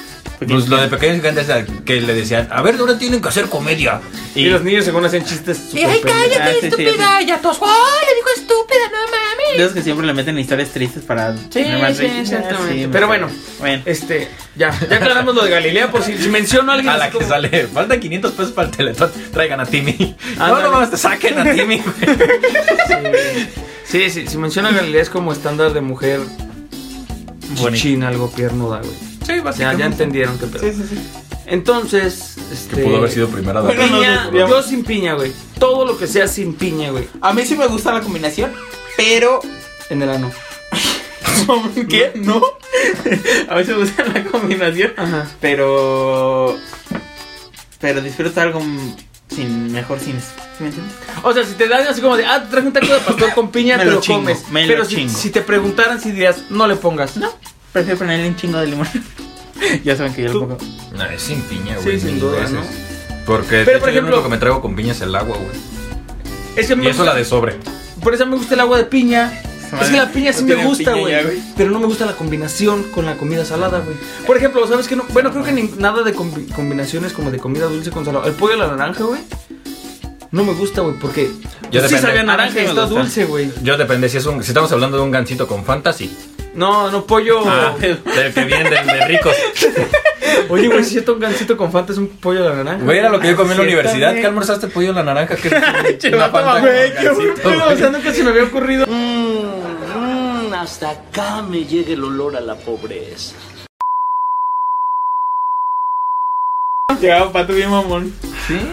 Pues lo de pequeños gigantes era que le decían, a ver, ahora tienen que hacer comedia.
Y, los niños según hacían chistes
Y
súper
ay,
pendejos.
Ah,
cállate,
sí, sí,
estúpida. Ya todos. ¡Ay, le dijo estúpida! No mames.
De esos que siempre le meten historias tristes para. tener más
sí,
rating.
exactamente.
me sé.
Pero bueno.
Bueno.
Este, ya, ya aclaramos lo de Galilea por si, si menciono a alguien
A la
así
que
como-
sale, faltan 500 pesos para el teletón, traigan a Timmy. No,
Ándale.
no mames, te saquen a Timmy, güey.
Sí, sí, si menciona a Galilea es como estándar de mujer
Bonito.
chichín, algo piernuda, güey.
Sí,
Ya, ya entendieron qué pedo.
Sí, sí, sí.
Entonces, este
Que pudo haber sido primera dama.
Bueno,
piña,
no, no, no.
yo sin piña, güey. Todo lo que sea sin piña, güey.
A mí sí me gusta la combinación, pero.
En el ano.
¿Qué? ¿No? A mí sí me gusta la combinación,
Ajá.
pero. Pero disfruto algo sin mejor sin eso. ¿Sí me entiendes?
O sea, si te dan así como de, ah, te traje un taco de pastor con piña,
Me
te
lo
lo,
chingo,
comes.
me lo
Pero si,
chingo.
si te preguntaran, si dirías, no le pongas.
No, prefiero ponerle un chingo de limón. ya saben que yo
Tú-
lo pongo.
No, es sin piña,
Sí,
güey.
sin
mil
duda,
veces.
¿no?
Porque Pero,
Pero, por
por
ejemplo-
lo único que me traigo con piña es el agua, güey.
Es que a mí
Y
me
eso
gusta-
la de sobre.
por eso me gusta el agua de piña. Es que la piña sí
No
me
tienen
gusta,
piña ya,
güey. Pero no me gusta la combinación con la comida salada, güey. Por ejemplo, ¿sabes qué? No? Bueno, creo que ni- nada de combi- combinaciones como de comida dulce con salada. El pollo a la naranja, güey. No me gusta, güey, porque pues
Yo
sí
depende.
sabe a
A mí
naranja
sí
y
me
está
gusta.
dulce, güey.
Yo depende, si, es un, si estamos hablando de un gancito con Fanta, sí.
No, no, pollo.
Ah,
Del que viene de, de ricos.
Oye, güey, si siento un gancito con Fanta es un pollo a la naranja.
Güey, era lo que yo comí en la
Sí,
universidad.
también.
¿Qué almorzaste? Pollo en la naranja. ¿Qué es una
Chema,
Fanta
güey,
con
qué
gansito,
Pero, o
güey.
sea, nunca se me había ocurrido.
Mmm, hasta acá me llega el olor a la pobreza.
Llegaba pato bien mamón.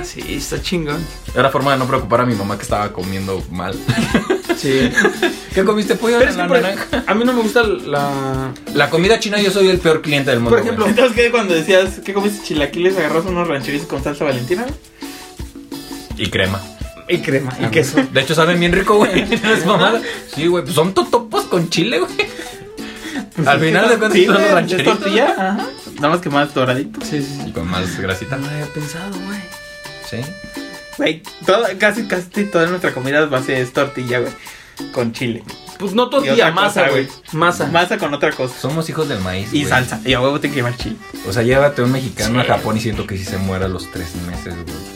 Sí, está chingón.
Era forma de no preocupar a mi mamá que estaba comiendo mal.
Sí.
¿Qué comiste? Pollo en
Pero es que
la
por-
naranja.
a mí no me gusta la.
La comida china yo soy el peor cliente del mundo.
Por ejemplo,
güey.
Entonces, ¿qué cuando decías que comiste chilaquiles, agarras unos rancheritos con salsa valentina?
y crema.
Y crema,
Ah,
y queso.
De hecho saben bien rico, güey. No es mamada. Sí, güey, pues son totopos con chile, güey. Al final de cuentas
Sí,
son los
güey, es
rancheritos.
tortilla, ajá. Nada más que más doradito.
Sí, sí, sí.
Y con más grasita.
No lo había pensado, güey.
Sí.
Güey, toda- casi, casi toda nuestra comida base es tortilla, güey. Con chile.
Pues no
Y otra
tortilla,
cosa,
masa, güey.
güey.
Masa.
Masa con otra cosa.
Somos hijos del maíz.
Y
güey.
salsa. Y a huevo te que llevar chile.
O sea, llévate un mexicano
Sí.
a Japón y siento que si se muera a los tres meses, güey.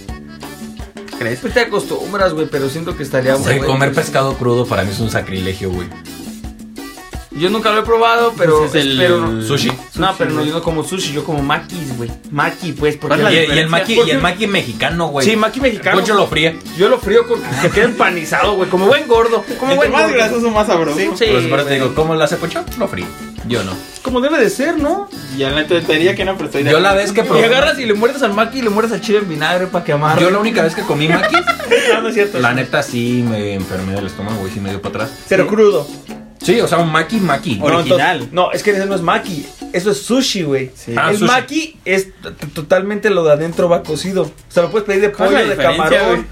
¿Crees?
Pues te acostumbras, güey, pero siento que estaría
O sea,
bueno.
comer pescado crudo para mí es un sacrilegio, güey.
Yo nunca lo he probado, pero.
Pues es el-
espero-
Sushi.
No, pero no, yo no como sushi, yo como maquis, güey. Maki, pues, porque.
¿Cuál es la
Y, y el
diferencia?
maqui, y el maqui mexicano, güey.
Sí, maqui mexicano.
Poncho lo fría.
Yo lo frío con. Se queda empanizado, güey. Como buen gordo. Como
Entre
buen
más
gordo.
grasoso, más sabroso.
Sí,
Por eso, pero te
güey.
digo, ¿cómo lo hace Poncho? Lo frío. Yo no.
Como debe de ser, ¿no?
Ya la te diría que no, pero estoy de
Yo la
acuerdo.
vez que
Y
probé.
agarras y le muerdes al maqui y le muerdes al chile en vinagre para que amarre.
Yo la única vez que comí maquis,
No, no es cierto.
la neta sí me enfermé del estómago, güey, sí me dio para atrás.
Pero crudo.
Sí, o sea, un maqui maqui.
Ahora- Original.
entonces- no, es que ese no es maki. Eso es sushi, güey.
Sí.
Ah,
el
sushi.
maki es t- t- totalmente lo de adentro va cocido. O sea, lo puedes pedir de
¿Cuál es
pollo,
la
de
diferencia,
camarón.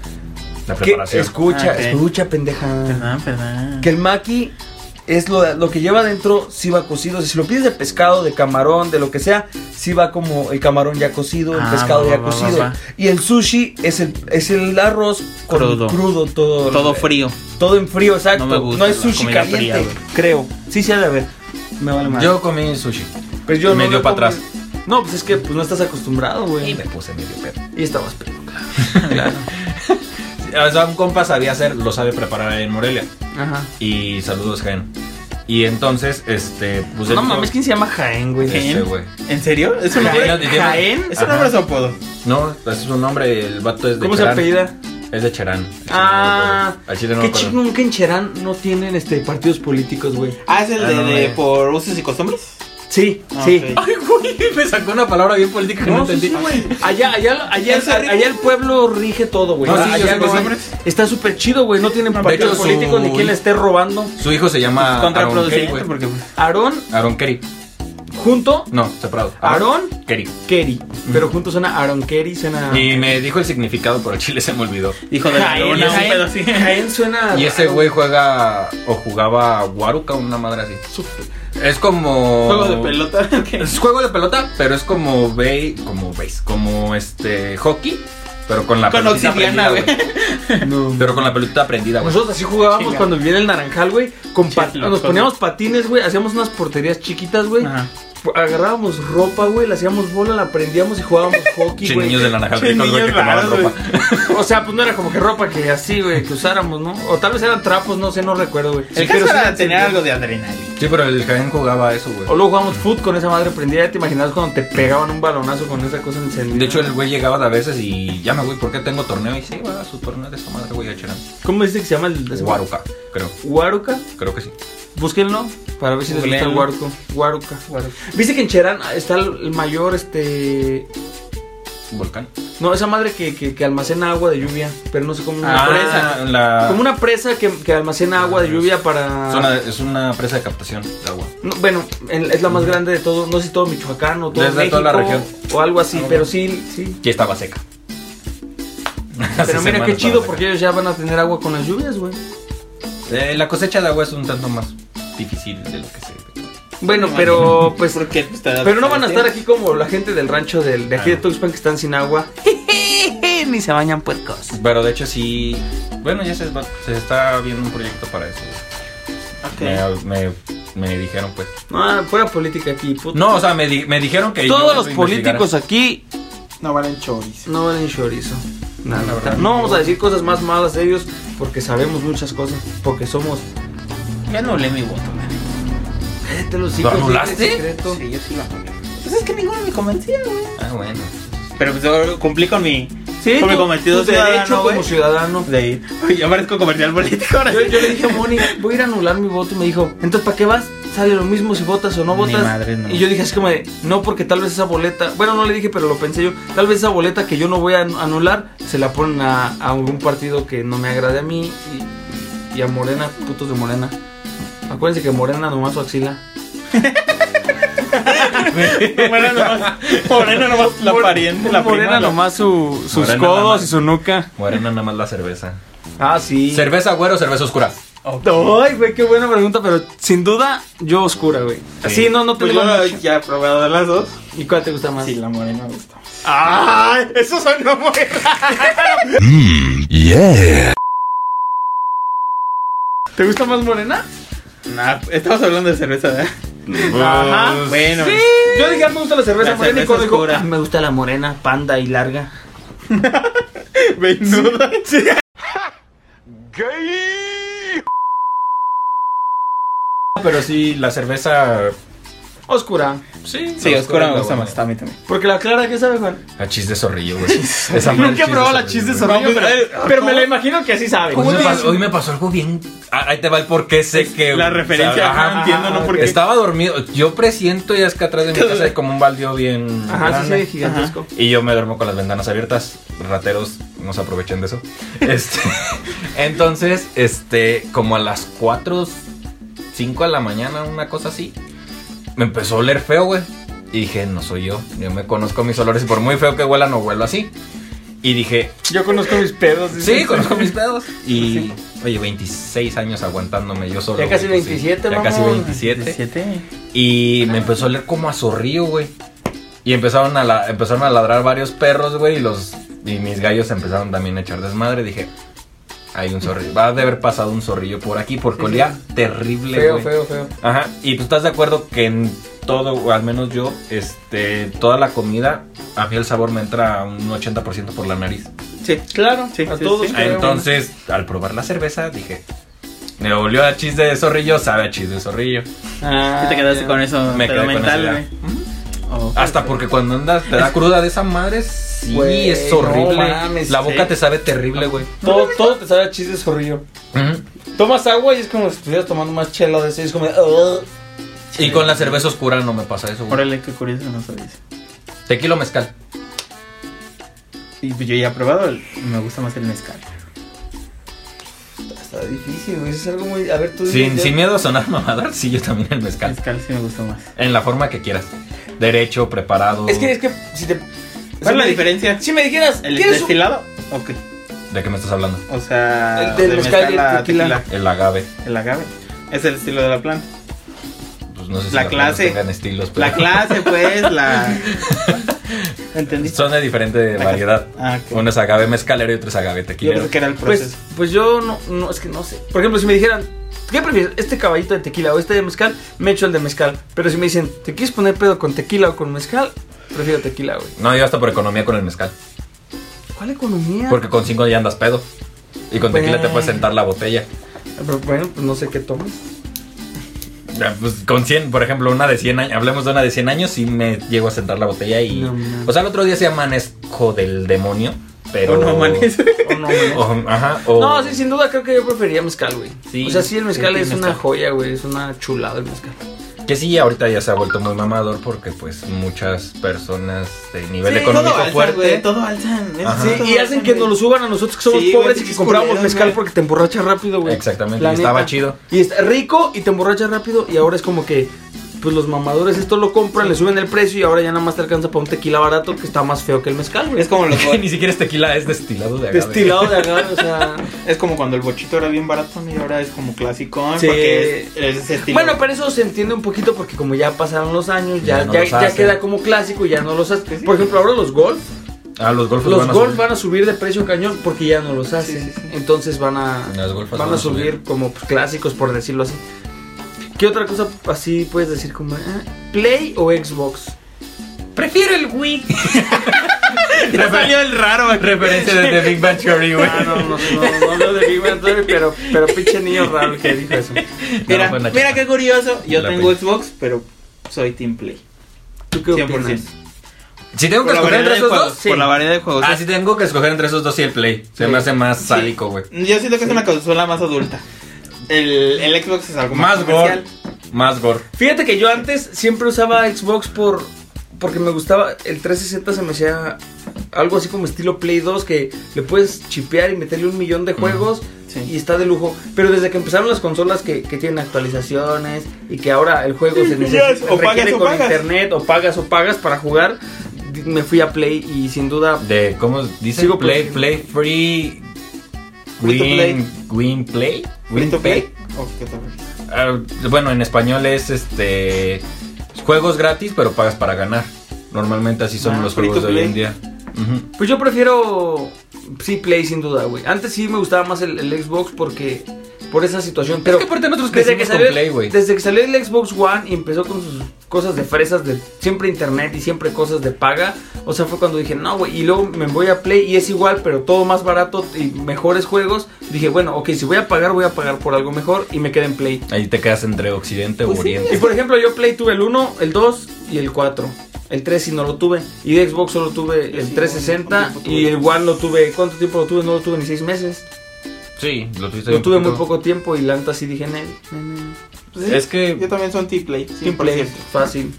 La
Que-
preparación.
escucha,
Ah, ok.
escucha, pendeja.
Perdón, perdón.
Que el maki es lo, lo que lleva adentro, sí va cocido. O sea, si lo pides de pescado, de camarón, de lo que sea, sí va como el camarón ya cocido, el
Ah,
pescado
va,
ya
va, va,
cocido.
va.
Y el sushi es el, es el arroz con
Crudo.
crudo, todo.
Todo frío.
Todo en frío, exacto.
No me
No,
gusta
es
la
sushi
comida
caliente,
fría, güey.
creo. Sí, sí, ha de haber. Me vale más.
Yo comí sushi.
pues yo
me
no
dio
lo
pa'
como.
atrás.
No, pues es que pues, no estás acostumbrado,
Y
güey.
me puse medio pedo.
Y estabas pedo, claro.
O sea, un compa sabía hacer, lo sabe preparar en Morelia.
Ajá.
Y saludos, Jaén. Y entonces, este, pues
No
él-
mames, ¿quién se llama Jaén, güey?
Este,
¿Jaén?
güey.
¿En serio? ¿Es un
Jaén,
nombre?
no, dijimos-
¿Jaén? ¿Es un
Ajá.
nombre o su apodo?
No, ese es su nombre, el vato es de
¿Cómo se
Cherán.
apellida?
Es de Cherán.
Ah,
Al chile no me
qué
acuerdo.
chingón que en Cherán no tienen este partidos políticos, güey.
Ah, es el
Ah,
de,
no,
de
eh.
por usos y costumbres.
Sí,
Ah,
sí.
ok.
Ay, güey, me sacó una palabra bien política que no,
No, sí,
entendí.
sí, güey. Allá, allá, allá,
Ese
allá,
ritmo.
el pueblo rige todo, güey.
No, sí, yo
allá
sé que
hay-
siempre-
Está súper chido, güey. No tienen partidos
hecho, su-
políticos ni quien le esté robando.
Su hijo se
Ah,
llama Aaron Kerry,
Contraproducente,
güey.
porque pues,
Aarón,
Aaron Kerry.
junto.
No, separado.
Aarón
Kerry.
Kerry. Pero junto suena Aaron Kerry, suena.
Y me dijo el significado, pero el chile se me olvidó.
hijo de la luna, un pedo así.
Jaén suena.
Y ese
raro.
güey juega o jugaba Waruka, una madre así. Es como.
Juego de pelota. ¿qué?
Es juego de pelota, pero es como base, como base, como este hockey, pero con la
Con
pelotita
obsidiana,
prendida,
No.
Pero con la pelotita prendida, güey.
Nosotros así jugábamos
Chinga.
cuando vivía en el naranjal, güey. Con pat-
Sí, loco,
nos poníamos patines, güey. Hacíamos unas porterías chiquitas, güey.
Ajá.
Agarrábamos ropa, güey. Le hacíamos bola, la prendíamos y jugábamos hockey,
Che,
güey.
niños de la Naja
Che,
ricos, güey,
niños
que tomaban
raros,
ropa.
O sea, pues no era como que ropa que así, güey, que usáramos, ¿no? O tal vez eran trapos, no sé, no recuerdo, güey.
El caso
Pero sí
era
eran
tener
sentidos.
algo de adrenalina.
Sí, pero el Jaén jugaba eso,
O
güey.
luego jugamos foot con esa madre prendida. Ya te imaginas cuando te pegaban un balonazo con esa cosa encendida.
De hecho, el güey llegaba a veces y llama, güey, ¿por qué tengo torneo? Y sí, va a su torneo de esa madre, güey, a Cherán.
¿Cómo dice que se llama el
Waruka, creo,
Huaruca.
creo que sí.
Búsquenlo para ver si les gusta el
Googleenlo.
Huaruco. Huaruca. Viste que en Cherán está el el mayor, este.
Un volcán.
No, esa madre que, que, que almacena agua de lluvia, pero no sé cómo.
Ah,
una presa.
presa.
La...
Como una presa que, que almacena agua de lluvia para.
Es una, es una presa de captación de agua.
No, bueno, en- es la más grande de todo, no sé si todo Michoacán o todo
Desde
México,
toda la región. Ah,
o algo así, pero sí, sí.
Y estaba seca.
Pero mira qué chido porque ellos ya van a tener agua con las lluvias, güey.
Eh, la cosecha de agua es un tanto más difícil de lo que se
Bueno, pero pues
Porque, pues, te da-
pero no van a
te-
estar aquí como la gente del rancho del, de aquí de Tuxpan que están sin agua. Ni se bañan puercos.
Pero de hecho sí. Bueno, ya se, va- se está viendo un proyecto para eso.
Ok. Ok.
Me, me- me dijeron, pues.
Ah, fuera política aquí, puto.
No, o sea, me, di- me dijeron que. yo
Todos los
investigara.
políticos aquí
No valen chorizo.
no valen chorizo. La
La
neta.
verdad.
no vamos a decir cosas más malas de ellos porque sabemos muchas cosas. Porque somos.
Ya no le mi voto, man.
Cállate los hijos,
anulaste?
dile secreto.
Sí, yo sí lo anulé. Pues es que ninguno me convencía, güey.
Ah, bueno.
Pero pues yo cumplí con mi,
Sí,
con mi
tu-
cometido
tu derecho
ciudadano, güey.
como ciudadano.
De ir. Oye, yo parezco comercial político ahora.
Yo, yo le dije a Moni, voy a ir a anular mi voto. Y me dijo, entonces, ¿para qué vas? Sale lo mismo si votas o no
Ni
votas.
madre, no.
Y yo dije, es como de, no, porque tal vez esa boleta, bueno, no le dije, pero lo pensé yo, tal vez esa boleta que yo no voy a anu- anular, se la ponen a, a algún partido que no me agrade a mí y, y a Morena, putos de Morena. Acuérdense que Morena nomás su axila.
Morena nomás, Morena nomás la pariente, la prima.
Morena
la-
nomás su- sus
Morena
codos
nada más.
y su nuca.
Morena nada más la cerveza.
Ah, sí.
¿Cerveza güero o cerveza oscura?
Ay, güey, qué buena pregunta, pero sin duda, yo oscura, güey.
Sí.
Sí, no, no
Pues
tengo.
yo ya he probado las dos.
¿Y cuál te gusta más?
Sí, la morena me gusta. más.
¡Ay!
Eso sonó muy
¿Te gusta más morena?
Nah, estamos hablando de cerveza, ¿verdad?
Ajá.
Bueno.
Yo dije, ah, me gusta la cerveza
La
morena
cerveza
y cuando dijo,
oscura.
"Ah, me gusta la morena, panda y larga.
Venuda.
Pero sí, la cerveza.
Oscura.
Sí,
Sí,
la
oscura me
la
gusta
buena.
más. A mí también.
Porque la clara, ¿qué sabe, Juan?
A chis de zorrillo, güey. Esa madre
Nunca he
chis
probado la chis
zorrillo, güey.
de
No,
zorrillo,
pues, eh,
pero,
pero-
pero me la imagino que así sabe.
Hoy me,
Entonces,
pasó, hoy me pasó algo bien. ah, Ahí te va el por qué sé que.
La
o sea,
referencia,
ajá.
no entiendo, ¿no? Porque
Estaba dormido. Yo presiento ya es que atrás de mi casa hay como un baldío bien.
Ajá, sí,
grande.
sí, gigantesco.
Y yo me duermo con las ventanas abiertas. Rateros no se aprovechen de eso. Este, entonces, este, como a las 4, 5 de la mañana, una cosa así, me empezó a oler feo, güey. Y dije, no soy yo. Yo me conozco mis olores y por muy feo que huela, no huelo así. Y dije,
Yo conozco mis pedos.
sí, conozco mis pedos. Y, oye, 26 años aguantándome yo solo.
Ya casi
güey, pues, sí.
27,
Ya casi
mamón.
27.
17.
Y me empezó a oler como a zorrillo, güey. Y empezaron a, la- empezaron a ladrar varios perros, güey. Y, los, y mis gallos empezaron también a echar desmadre. Dije, hay un zorrillo. Va a haber pasado un zorrillo por aquí porque olía terrible,
Feo,
güey.
feo, feo.
Ajá. Y tú estás de acuerdo que en todo, o al menos yo, este, toda la comida, a mí el sabor me entra un 80% por la nariz.
Sí, claro. Sí,
a
sí,
todos.
sí.
Creo,
Entonces, al probar la cerveza, dije, me olió a chis de zorrillo, sabe a chis de zorrillo.
Y te quedaste con eso
Me
pero
quedé con esa
mental,
idea.
güey. Oh.
Hasta porque cuando andas, te da cruda de esa madre, sí,
Güey,
es horrible.
no mames,
la boca
sí.
te sabe terrible, güey.
Todo, todo te sabe a chis de zorrillo.
Ujú.
Tomas agua y es como si estuvieras tomando más chela de ese. Es como "Oh, de. "Ugh".
Y con la cerveza oscura no me pasa eso, güey.
Órale, qué curioso, no sabías.
Tequila o mezcal.
Y pues yo ya he probado, el- me gusta más el mezcal.
Está difícil, güey. Es algo muy. A ver, tú.
Sin,
dices-
sin miedo a sonar mamador, sí, yo también el
El
mezcal.
mezcal sí me gusta más.
En la forma que quieras. Derecho, preparado.
Es que, es que, si te.
¿Cuál es la
si me-
diferencia?
Si me dijeras,
¿El
¿quieres un-
destilado? Ok.
¿De qué me estás hablando?
O sea,
El del mezcal y el
a
tequila.
El agave.
El agave. Es el estilo de la planta.
Pues no sé si
La
las
clase.
plantas tengan estilos, pero
La clase, pues, la. ¿Entendiste?
Son de diferente
La
variedad.
Ah, ok.
Uno es agave mezcalero y otro es agave
Yo
tequilero.
pensé que era el
Pues,
proceso.
pues yo no, no, es que no sé. Por ejemplo, si me dijeran, ¿qué prefieres? ¿Este caballito de tequila o este de mezcal? Me echo el de mezcal. Pero si me dicen, ¿te quieres poner pedo con tequila o con mezcal? Prefiero tequila, güey.
No, yo hasta por economía con el mezcal.
¿Cuál economía?
Porque con cinco ya andas pedo. Y con tequila te puedes
Bueno.
Pues.
sentar la botella.
Pero bueno, pues no sé qué tomas.
Ya, pues, con 100, por ejemplo, una de 100 años, hablemos de una de 100 años, sí me llego a sentar la botella y...
No mames.
o sea, el otro día se amanezco del demonio, pero...
O Oh, no amanece.
O Oh, no, güey.
O- ajá, o...
No, sí, sin duda creo que yo preferiría mezcal, güey.
Oh. Sí,
o sea, sí, el mezcal
sí,
es
mezcal.
una joya, güey. Es una chulada el mezcal.
Que sí, ahorita ya se ha vuelto muy mamador porque pues muchas personas de nivel
Sí,
económico
todo alza,
fuerte...
güey, todo alzan.
Ajá.
¿eh? Sí, y hacen que nos lo suban a nosotros que somos
Sí, güey,
pobres y que
pinches
compramos
culeros,
mezcal
güey.
porque te emborracha rápido, güey.
Exactamente,
La
y estaba
neta.
chido.
Y está rico y te emborracha rápido y ahora es como que pues los mamadores esto lo compran, le suben el precio y ahora ya nada más te alcanza para un tequila barato que está más feo que el mezcal, güey.
Es como los.
Que ni siquiera es tequila, es destilado de agave.
destilado de agave, o sea.
Es como cuando el bochito era bien barato y ahora es como clásico. ¿eh?
Sí.
Porque es, es ese estilo.
Bueno, pero eso se entiende un poquito porque como ya pasaron los años, ya,
Ya no
ya,
los
ya
hacen.
queda como clásico y ya no los hacen. Por ejemplo, ahora los golf,
Ah, los golfos
los
van a
golf
subir.
van a subir de precio cañón porque ya no los hacen.
sí, sí.
Entonces van a
Los golfos
van a
van a
subir como pues, clásicos por decirlo así. ¿Qué otra cosa así puedes decir como ah, Play o Xbox?
Prefiero el Wii.
Ya salió el raro aquí.
Referencia de The Big Bang Theory, güey.
Ah, no, no, no, no veo de Big Bang Theory, pero, pero pinche niño raro que dijo eso.
Mira,
fue en la
mira
chapa.
qué curioso. Yo
La
tengo
peli.
Xbox, pero soy Team Play.
¿Tú qué
100%.
opinas?
Si tengo
Por
que
la
escoger
variedad
entre
de
esos
juegos.
dos,
Por
sí.
la variedad de juegos.
Ah, si tengo que escoger entre esos dos, sí, el Play. Se
Sí.
me hace más sádico, güey.
Yo siento que es una consola más adulta. El, el Xbox es algo más,
Más gore.
comercial.
Más gore.
Fíjate que yo antes siempre usaba Xbox por porque me gustaba el 360 se me hacía algo así como estilo Play 2 que le puedes chipear y meterle un millón de juegos
sí.
y está de lujo. Pero desde que empezaron las consolas que, que tienen actualizaciones y que ahora el juego se necesita
es, o pagas
requiere
o
con
pagas.
internet o pagas o pagas para jugar, di- me fui a Play y sin duda
De, ¿cómo dice?
Sigo
play,
por-
play, free.
Free to
Win, win play.
¿Free
Win
to
pay.
play? ¿O qué tal?
Ah, bueno, en español es este. Juegos gratis, pero pagas para ganar. Normalmente así son
Ah,
los
free
juegos
to
de hoy en
play.
día. Ujú.
Pues yo prefiero sí Play sin duda, güey. Antes sí me gustaba más el, el Xbox porque por esa situación, pero
que aparte nosotros
desde que
crecimos con
salió
Play, güey.
desde que salió el Xbox One y empezó con sus cosas de fresas de siempre internet y siempre cosas de paga, o sea, fue cuando dije, "No, güey." Y luego me voy a Play y es igual, pero todo más barato y mejores juegos. Dije, "Bueno, ok, si voy a pagar, voy a pagar por algo mejor" y me quedé en Play.
Ahí te quedas entre Occidente
Pues
o Oriente.
Y por ejemplo, yo Play tuve el 1, el 2 y el 4. El 3 sí no lo tuve. Y de Xbox solo tuve el
sí,
360
¿cuánto tiempo
y el
tuve?
One lo tuve. ¿Cuánto tiempo lo tuve? No lo tuve ni 6 meses.
Sí, lo tuviste
Lo
bien
tuve muy
poquito.
poco tiempo y la neta sí dije en él.
Pues sí,
Es que-
Yo también soy un Team Play.
Sin Play,
100%.
fácil.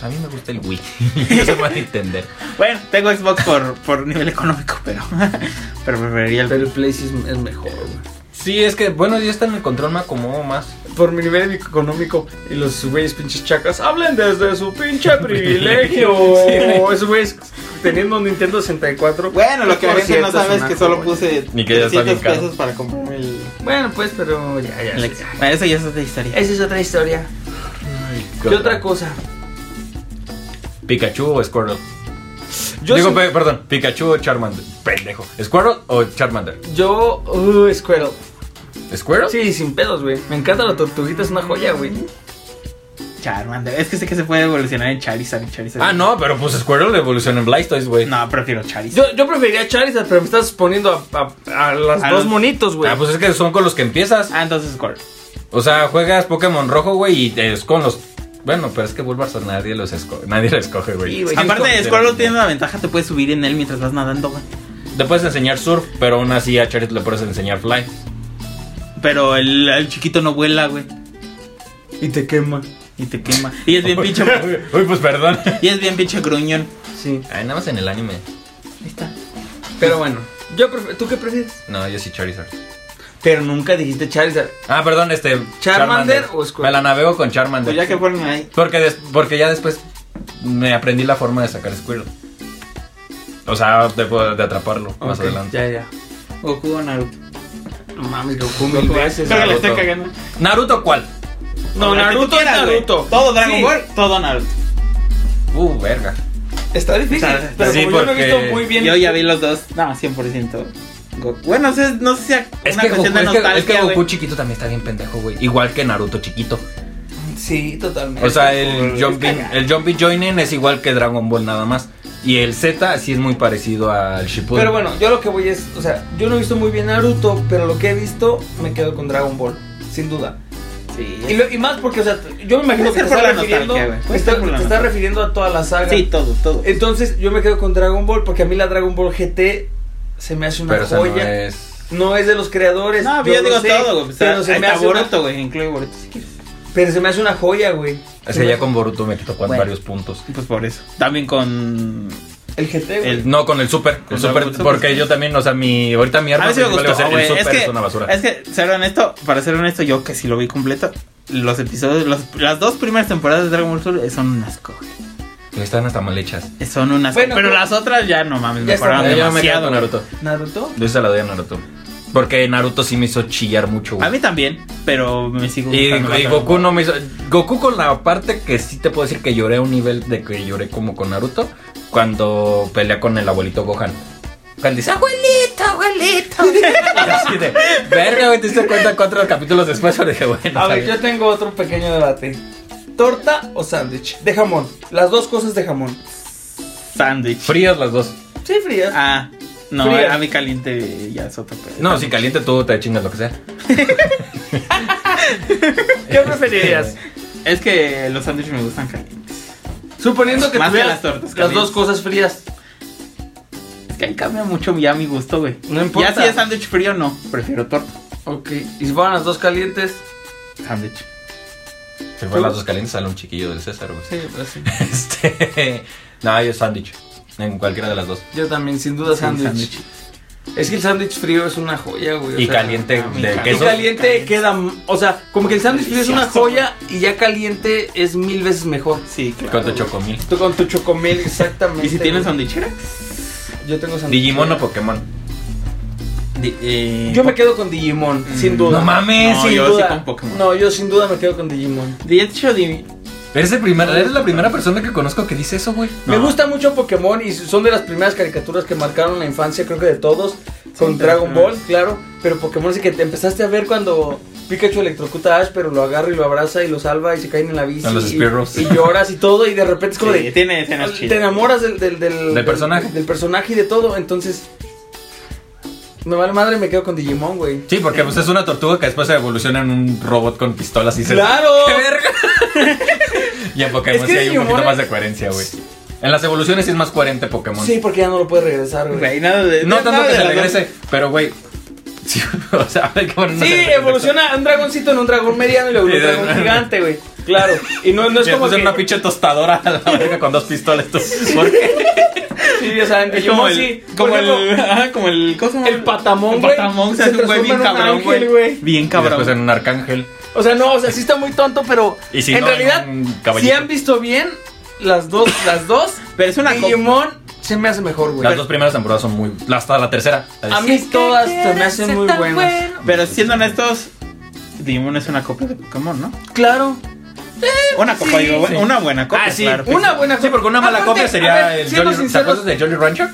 A mí me gusta el Wii. Yo soy más de entender.
Bueno, tengo Xbox por, por nivel económico, pero, pero preferiría el
Pero el Play sí es, es mejor, güey.
Sí, es que, bueno, ya está en el control, me acomodo más.
Por mi nivel económico y los güeyes pinches chacas hablen desde su pinche privilegio. Esos güeyes teniendo un Nintendo 64.
Bueno, lo que la gente no
3%
sabe es
una
que solo
joya.
puse
Ni que ya
300
está bien caro.
pesos para comprar el,
Bueno, pues, pero ya, ya.
el
ya.
Xbox. Bueno, Eso ya es otra historia.
Esa es otra historia. ¿Qué otra cosa?
¿Pikachu o Squirtle?
Yo,
Digo,
sí-
pe- perdón, ¿Pikachu o Charmander? Pendejo. ¿Squirtle o Charmander?
yo uh, Squirtle.
¿Squirtle?
Sí, sin pedos, güey. Me encanta la tortuguita, es una joya, güey.
Eh, Charmander. Es que sé que se puede evolucionar en Charizard. en Charizard.
Ah, no, pero pues Squirtle evoluciona en Blastoise, güey.
No, prefiero Charizard.
Yo, yo preferiría Charizard, pero me estás poniendo a, a, a las
A
dos
los-
monitos, güey.
Ah, pues es que son con los que empiezas.
Ah, entonces Squirtle.
O sea, juegas Pokémon rojo, güey, y es con los. Bueno, pero es que Bulbasaur nadie los escoge, nadie los escoge, güey.
Sí, güey.
Aparte de
Squirtle
Squirtle
tiene-
tiene una ventaja, te puedes subir en él mientras vas nadando, güey.
Te puedes enseñar surf, pero aún así a Charizard le puedes enseñar fly.
Pero el, el chiquito no vuela, güey. pues-
Y te quema.
Y te quema. Y es bien pinche.
Uy, pues perdón.
y es bien pinche gruñón.
Sí.
Ay, nada más en el anime.
Ahí está.
Pero bueno. Yo prefe- ¿Tú qué prefieres?
No, yo sí Charizard.
Pero nunca dijiste Charizard.
Ah, perdón, este.
Charmander o Squirtle.
Me la navego con Charmander.
Pues ya que ponen ahí.
Porque, des- porque ya después me aprendí la forma de sacar Squirtle. O sea, de, de atraparlo más
Ok,
adelante.
Ya, ya.
Goku o Naruto.
No mames, Goku mil
Creo
veces.
que le
Naruto.
estoy cagando.
¿Naruto cuál?
No,
El que tú
Naruto es
quieras, güey.
Naruto.
Todo Dragon
Sí.
Ball, todo Naruto.
Uh, verga.
Está difícil.
Está-
pero
sí,
como yo lo he
porque
visto muy bien.
Yo ya vi los dos. No, 100%. Goku. Bueno, o sea, no sé si sea
Es
una
que, Goku,
cuestión de
es que-
nostalgia.
es que Goku
güey.
chiquito también está bien pendejo, güey. Igual que Naruto chiquito.
Sí, totalmente.
O sea, el jumping, el jumping joining es igual que Dragon Ball nada más. Y el Z sí es muy parecido al
Pues-
Shippuden.
Pero bueno, yo lo que voy es, o sea, yo no he visto muy bien Naruto, pero lo que he visto me quedo con Dragon Ball, sin duda.
Sí,
Y, lo- y más porque, o sea, yo me imagino
Puede ser
que te
por
estás
la
refiriendo,
nostalgia, güey.
te
Puede
está-
ser por la
te estás
nostalgia.
refiriendo a toda la saga.
sí, todo, todo.
Entonces yo me quedo con Dragon Ball porque a mí la Dragon Ball GT se me hace una
Pero esa no
joya. no, es...
es.
de los creadores.
no, yo,
lo
digo
sé,
todo, güey. O sea,
pero, se me
hasta
hace una-
Boruto, güey. Incluye Boruto si quieres.
pero se me hace una joya, güey.
Es que ya con Boruto me quitó cuan-
Bueno.
varios puntos.
Pues por eso. También con.
El GT, güey.
El- no, con el Super.
Con
El super
Dragon Ball
porque
Super.
yo también, o sea, mi. Ahorita mi
A
arma
mí Ah, sí me gustó,
principal iba a ser
güey.
el Super
Es que,
es una basura.
es que, ser honesto, para ser honesto, yo que sí lo vi completo, los episodios, los- las dos primeras temporadas de Dragon Ball Super son un asco, güey.
Están hasta mal hechas.
Son un asco.
Bueno,
pero
pero-
las otras ya no mames,
Ya
mejoraron
Yo me
está,
quedo
Ah, demasiado.
con Naruto.
Eh. Naruto.
Yo se la doy a Naruto. Porque Naruto sí me hizo chillar mucho,
A
güey.
mí también, pero me sigo
Y,
gustando más
y
Dragon
Goku
Ball.
no me hizo. Goku con la parte que sí te puedo decir que lloré a un nivel de que lloré como con Naruto. Cuando pelea con el abuelito Gohan. Cuando dice, "Abuelo".
Abuelito, güey. solito.
Así de, verga, güey, te diste cuenta cuatro capítulos después, pero dije, bueno.
A
está
ver,
bien.
yo tengo otro pequeño debate. ¿Torta o sándwich? De jamón. Las dos cosas de jamón.
Sándwich.
Frías las dos.
Sí, frías.
Ah, no,
Fría.
a mí caliente ya es otro pedo.
No, si caliente tú te chingas lo que sea.
¿Qué preferirías?
Es que los sándwiches me gustan calientes.
Suponiendo que
Más que
tuvieras
las tortas
las
calientes.
dos cosas frías.
Es que ahí cambia mucho ya mi gusto, güey.
No importa.
Ya si es sándwich frío, no. Prefiero torta.
Ok. Y si fueran las dos calientes.
Sándwich.
Si fueran las dos calientes, sale un chiquillo del César, güey.
Sí, pues sí.
Este. No, yo sándwich. En cualquiera de las dos.
Yo también, sin duda,
Sí,
sándwich.
sándwich.
Es que el sándwich frío es una joya, güey. o
Y
sea,
caliente
a mí
de
caliente.
Y
queso.
caliente queda, m- o sea, como que el sándwich frío es una
Delicioso.
joya y ya caliente es mil veces mejor.
Sí, claro.
Con tu chocomil.
Tú con tu chocomil, exactamente.
¿Y si tienes
güey.
sándwichera?
Yo tengo sándwich.
Digimon o Pokémon.
Yo me quedo con Digimon,
Mm,
sin duda.
no mames,
sin
yo sí
duda.
con Pokémon.
No, yo sin duda me quedo con Digimon.
De hecho, di-
Eres, el primer, eres la primera persona que conozco que dice eso, güey.
Me
No.
gusta mucho Pokémon y son de las primeras caricaturas que marcaron la infancia, creo que de todos. Con
de
Dragon
las
Ball,
primeras.
claro. Pero Pokémon sí que te empezaste a ver cuando Pikachu electrocuta a Ash, pero lo agarra y lo abraza y lo salva y se caen en la bici.
A los
y-
Spearows.
Y, lloras y todo y de repente es como
Sí,
de...
tiene escenas chidas.
Te enamoras del, del, del,
Del personaje.
Del personaje y de todo, entonces... Me vale madre, me quedo con Digimon, güey.
Sí, porque pues, es una tortuga que después se evoluciona en un robot con pistolas y se.
¡Claro!
¡Qué verga! y en Pokémon
Es que
sí hay un
Digimon
poquito más
es-
de coherencia, güey. En las evoluciones sí es más coherente Pokémon.
Sí, porque ya no lo puedes regresar, güey.
Güey, nada de.
No
nada
tanto que
de
se
las dos.
regrese, pero güey. Sí, o sea, hay que ponernos
Sí,
en contexto.
evoluciona un dragoncito en un dragón mediano y luego en un
Sí,
dragón
de-
gigante, güey. Claro. Y no, no
Y
es como
después
que...
era pues, una pinche tostadora a la verga con dos pistolas. entonces, ¿por qué?
Sí, o sea, en
Es como
Digimon
el.
sí.
Como
Por
el.
ejemplo,
ajá, ah, como el. ¿Cómo se llama?
el patamón,
El
güey,
patamón se
se
hace un güey
transforma
bien
en un
cabrón,
ángel,
güey.
güey.
Bien
Y
cabrón.
después en un arcángel.
O sea, no, o sea, sí está muy tonto, pero
Y si
en
no,
realidad,
en un
si
caballito.
han visto bien, las dos, las dos,
Pero es una cosa.
Digimon se me hace mejor, güey.
Las dos primeras temporadas son muy. Hasta la tercera. la de-
A mí todas se me hacen muy buenas.
Pero siendo honestos, Digimon es una copia de Pokémon, ¿no?
Claro.
Una copia, digo,
sí.
una buena copia.
Ah, sí,
claro que
una buena
Sí, porque una mala
Aparte,
copia
a
sería
ver,
el
siendo
Jolly ¿Te
sinceros,
acuerdas de Jolly Rancher?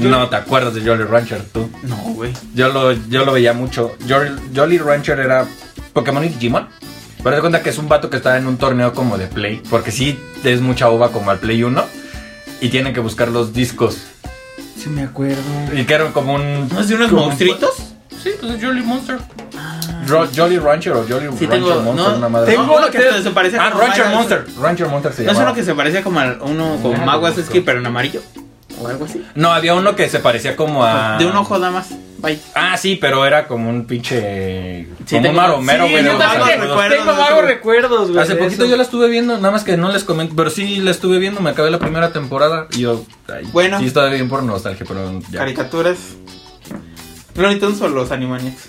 No, te acuerdas de Jolly Rancher, tú.
No, güey.
Yo lo, yo lo veía mucho. Jolly, Jolly Rancher era Pokémon y Digimon. Pero te cuenta que es un vato que está en un torneo como de Play. Porque sí es mucha uva como al Play 1. Y tienen que buscar los discos.
Sí, me acuerdo.
Y que eran como un.
¿No es de unos
como un-
monstruitos?
Sí, pues es Jolly Monster. Ah. Ro- Jolly Rancher o Jolly
Sí,
Rancher
tengo-
Monster,
no,
una madre.
tengo
No,
uno que
te-
se parece
Ah,
como
Rancher
Mario.
Rancher. Rancher Monster se
¿No es
llamaba.
uno que se parece como al uno con
Déjalo
Maguas
busco.
Esqui, pero en amarillo? O algo así.
No, había uno que se parecía como a.
De un ojo nada más. Bye.
Ah, sí, pero era como un pinche.
Sí,
como
tengo-
un maromero,
sí,
güey.
yo
de-
también
de- de-
recuerdo.
Tengo
de eso,
vagos
güey.
recuerdos, güey.
Hace
de
poquito
eso.
yo la estuve viendo, nada más que no les comento, pero sí la estuve viendo, me acabé la primera temporada y yo... ay,
Bueno.
Sí, estaba bien por nostalgia, pero ya.
Caricaturas. Looney Tunes o los Animaniacs.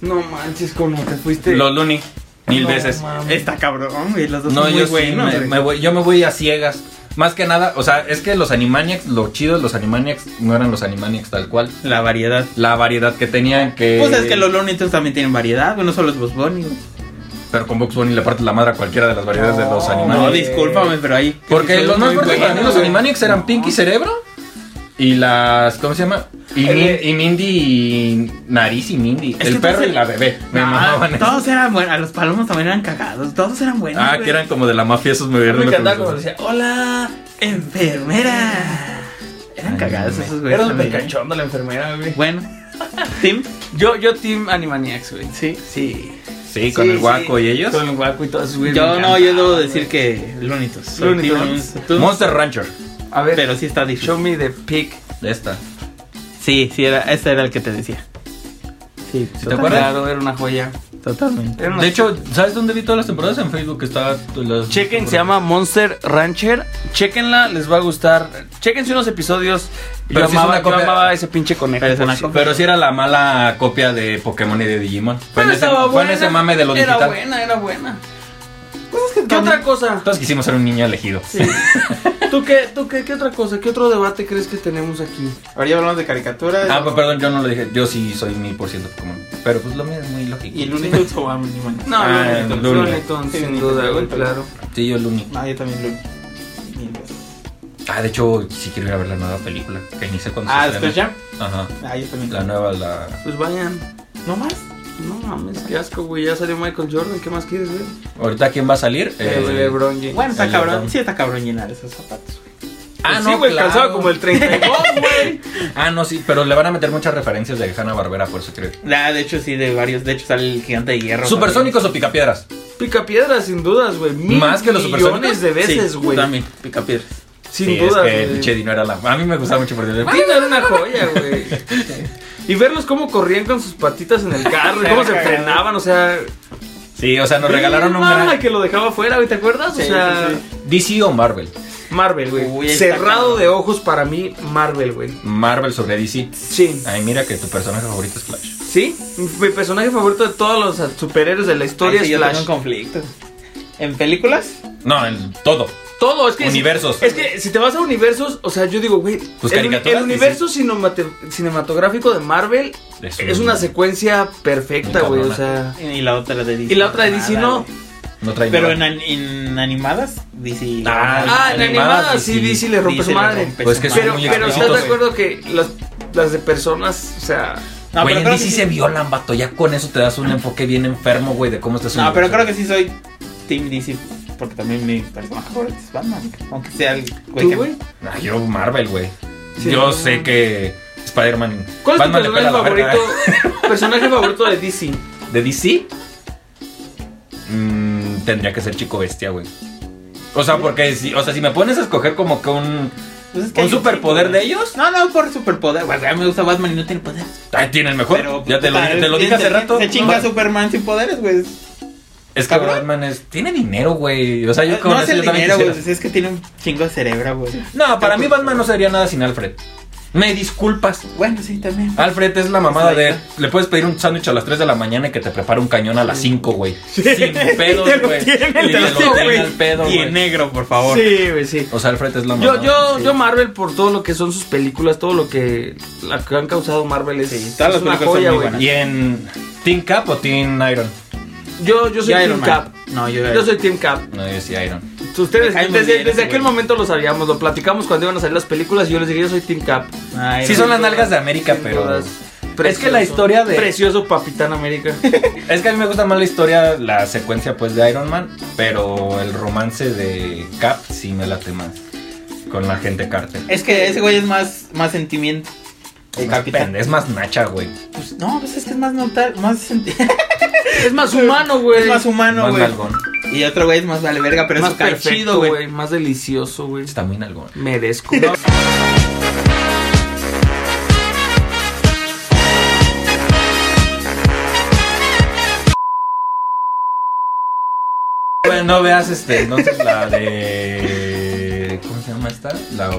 No manches, como te fuiste.
Los Looney, mil
No
veces.
mames.
Está cabrón, güey. Los dos
No,
son muy
yo sí,
buenos.
me-
güey.
me voy- yo me voy a ciegas. Más que nada, o sea, es que los Animaniacs, lo chido de los Animaniacs, no eran los Animaniacs tal cual.
La variedad.
La variedad que tenían que...
Pues es que los Looney Tunes también tienen variedad, güey. No solo es Bugs Bunny, güey.
Pero con Box Bunny le parte la madre a cualquiera de las variedades de los
No,
Animaniacs.
No,
güey.
discúlpame, pero ahí.
Porque
Son
los más
muy
fuertes para mí
buenos,
los
güey.
Animaniacs eran Pinky Cerebro y las. ¿Cómo se llama? Y,
El-
Min- y Mindy y Nariz y Mindy.
que
el perro
entonces-
y la bebé. Me
Ah,
mamaban eso.
todos eran buenos, a los palomos también eran cagados, todos eran buenos.
Ah,
güey.
que eran como de la mafia, esos me
A mí
vieron
Me
lo que
encantaba
me
como
gustaba.
decía, hola.
Enfermera. Eran
Ay,
cagados
güey.
esos güeyes.
Era súper
también. ¿eh?
cachonda la enfermera, güey.
Bueno, Tim,
Yo, yo Team Animaniacs, güey.
sí.
Sí.
Sí, con el guaco y ellos.
Con el guaco y todo eso, güey.
Yo
me
no, yo debo
encantaba,
decir
güey.
que Lunitos.
Looney Tunes.
Monster Rancher.
A ver,
Pero sí está difícil.
show me the pig.
Esta.
Sí, sí, era, ese era el que te decía. Sí,
¿Te
total-
acuerdas?
Claro, era una joya.
totalmente.
Era una-
De hecho, ¿sabes dónde vi todas las temporadas? En Facebook está. Las...
Chequen, se llama Monster Rancher. Chequenla, les va a gustar. Chequense unos episodios.
Pero
yo,
sí es
amaba,
una
yo
copia-
amaba ese pinche conejo.
Pero es
por
una
si-
copia.
Pero sí era la mala copia de Pokémon y de Digimon. Fue, en ese,
estaba
fue en ese
buena,
mame de lo
Era
digital.
buena, era buena. ¿Qué otra cosa?
Todos quisimos ser un niño elegido.
¿Tú, qué, tú qué, qué otra cosa? ¿Qué otro debate crees que tenemos aquí?
Ahora ya hablamos de caricaturas.
Ah, pues perdón, yo no lo dije. Yo sí soy mil por ciento Pokémon. Pero pues lo mío es muy lógico.
Y Looney Tunes oh, o Animaniacs.
No,
Ah,
Looney Tunes,
Looney.
Looney Tunes,
Sí,
sin
Looney
duda,
Tunes,
güey,
Looney Tunes.
claro.
Sí, yo Luni.
No, yo también Looney. Mil veces.
Ah, de hecho, sí quiero ir a ver la nueva película. Que ni sé cuándo
Ah,
se estrena.
¿Space
Ajá.
Ah, yo también.
La nueva, la.
Pues vayan.
¿No más?
No mames, qué asco, güey. Ya salió Michael Jordan. ¿Qué más quieres ver?
Ahorita, ¿quién va a salir?
Eh,
Eh,
LeBron James.
Bueno, está
El
cabrón.
Lebron.
Sí, está cabrón llenar esos zapatos. güey.
Pues
Ah,
sí,
no,
güey.
claro.
Calzaba como el 32, güey.
Ah, no, sí, pero le van a meter muchas referencias de Hanna Barbera, por eso creo.
Ah, de hecho, sí, de varios. De hecho, sale el gigante de hierro.
¿Supersónicos o picapiedras?
Pica piedras, sin dudas, güey. Mil
Más que los
millones
supersónicos.
de
Sí,
veces, güey.
También, pica piedras.
sin eh.
Sí,
dudas.
Es que el
güey.
pinche dinero era la. A mí me gustaba mucho por dinero.
Tina era una joya, güey. Y verlos cómo corrían con sus patitas en el carro y cómo se frenaban, o sea.
Sí, o sea, nos regalaron un
Nada
gran.
que lo dejaba fuera, güey, ¿te acuerdas?
Sí,
o sea,
sí, sí.
DC o Marvel.
Marvel,
Uy,
güey.
ahí está,
Cerrado
cabrón.
de ojos para mí, Marvel, güey.
Marvel sobre DC.
Sí.
Ay, mira que tu personaje favorito es Flash.
¿Sí? Mi personaje favorito de todos los superhéroes de la historia
Ahí sí,
es
yo tengo
Flash.
un conflicto. ¿En películas?
No, en todo.
Todo, es que.
Universos.
Es que si te vas a universos, o sea, yo digo, güey.
Pues
el,
caricaturas,
el
sí,
universo cinemate- cinematográfico de Marvel
Es
es,
un-
una secuencia perfecta,
Muy
güey, o
cabrona.
sea.
Y la otra de DC.
Y la otra de DC no.
güey.
No trae
Pero
nada.
en, an- en animadas, DC.
Ah,
Ah, en
animadas,
animada
pues
sí,
sí,
DC le rompe
rompe
su madre.
Pues que
Pero,
son muy
pero estás de
explícitos,
acuerdo que las, las de personas, o sea,
No,
güey,
pero
en
creo
DC
que
se
sí-
violan, vato. Ya con eso te das un enfoque bien enfermo, güey, de cómo estás.
No, pero creo que sí soy Team DC. Porque también mi personaje favorito es Batman. Aunque sea el güey
tú,
que-
güey.
Ah, yo Marvel, güey.
Sí.
Yo sé que Spider-Man.
¿Cuál es tu
Batman le pela
personaje
la verga. ¿eh?
favorito?
¿eh?
personaje favorito de DC.
¿De DC? Mm, tendría que ser Chico Bestia, güey. O sea, porque si, o sea, si me pones a escoger como que un.
Pues es
¿Un
hay
superpoder
chingo,
de
güey.
ellos?
No, no, por superpoder. Güey, a mí me gusta Batman y no tiene poder.
Ay, tiene el mejor.
Pero,
ya te lo,
puta,
dije- te lo dije hace
se-
rato.
Se chinga
No,
Superman sin poderes, güey.
Es que
cabrón.
Batman es. Tiene dinero, güey. O sea, Ah, yo con
No es
eso
el
yo también
dinero, güey.
quisiera.
Es que tiene un chingo de cerebro, güey.
No, para mí Batman no sería nada sin Alfred. Me disculpas.
Bueno, sí, también.
Alfred es la mamada de.
Exacto.
Le puedes pedir un sándwich a las 3 de la mañana y que te prepare un cañón a las 5, güey. Sin pedos,
Te lo
güey. Y
tiene,
te
te lo
lo
tiene,
tiene
güey.
al pedo,
Y en
güey.
negro, por favor.
Sí, güey, sí.
O sea, Alfred es la mamada.
Yo, yo, yo Marvel por todo lo que son sus películas, todo lo que, la que han causado Marvel es,
Sí, todas las
es una
películas son
joya,
muy
güey.
buenas.
¿Y en Team Cap o Team Iron?
Yo, yo soy
Yo Iron
Team
Man.
Cap.
No, yo-
yo soy Team Cap.
No, yo sí Iron.
Ustedes,
Me cae muy
desde,
bien,
desde
ese
aquel
güey.
momento lo sabíamos, lo platicamos cuando iban a salir las películas y yo les dije, yo soy Team Cap.
Ay,
Sí
no.
son las nalgas de América,
Sin
pero...
dudas.
Es que la historia de-
Precioso Capitán América.
Es que a mí me gusta más la historia, la secuencia pues de Iron Man, pero el romance de Cap sí me late más. Con la gente Carter.
Es que ese güey es más, más sentimiento. El
Más
capitán.
pende- Es más nacha, güey.
Pues, no, pues es que es más notar, más sentimiento.
es más humano, güey.
es más humano,
Más
güey.
nalgón.
Y otro güey es más vale verga, pero
más
eso cae
perfecto,
chido, güey.
Más delicioso, güey.
Está muy nalgón.
Merezco.
Bueno, no veas este, entonces la de... ¿Cómo se llama esta? La,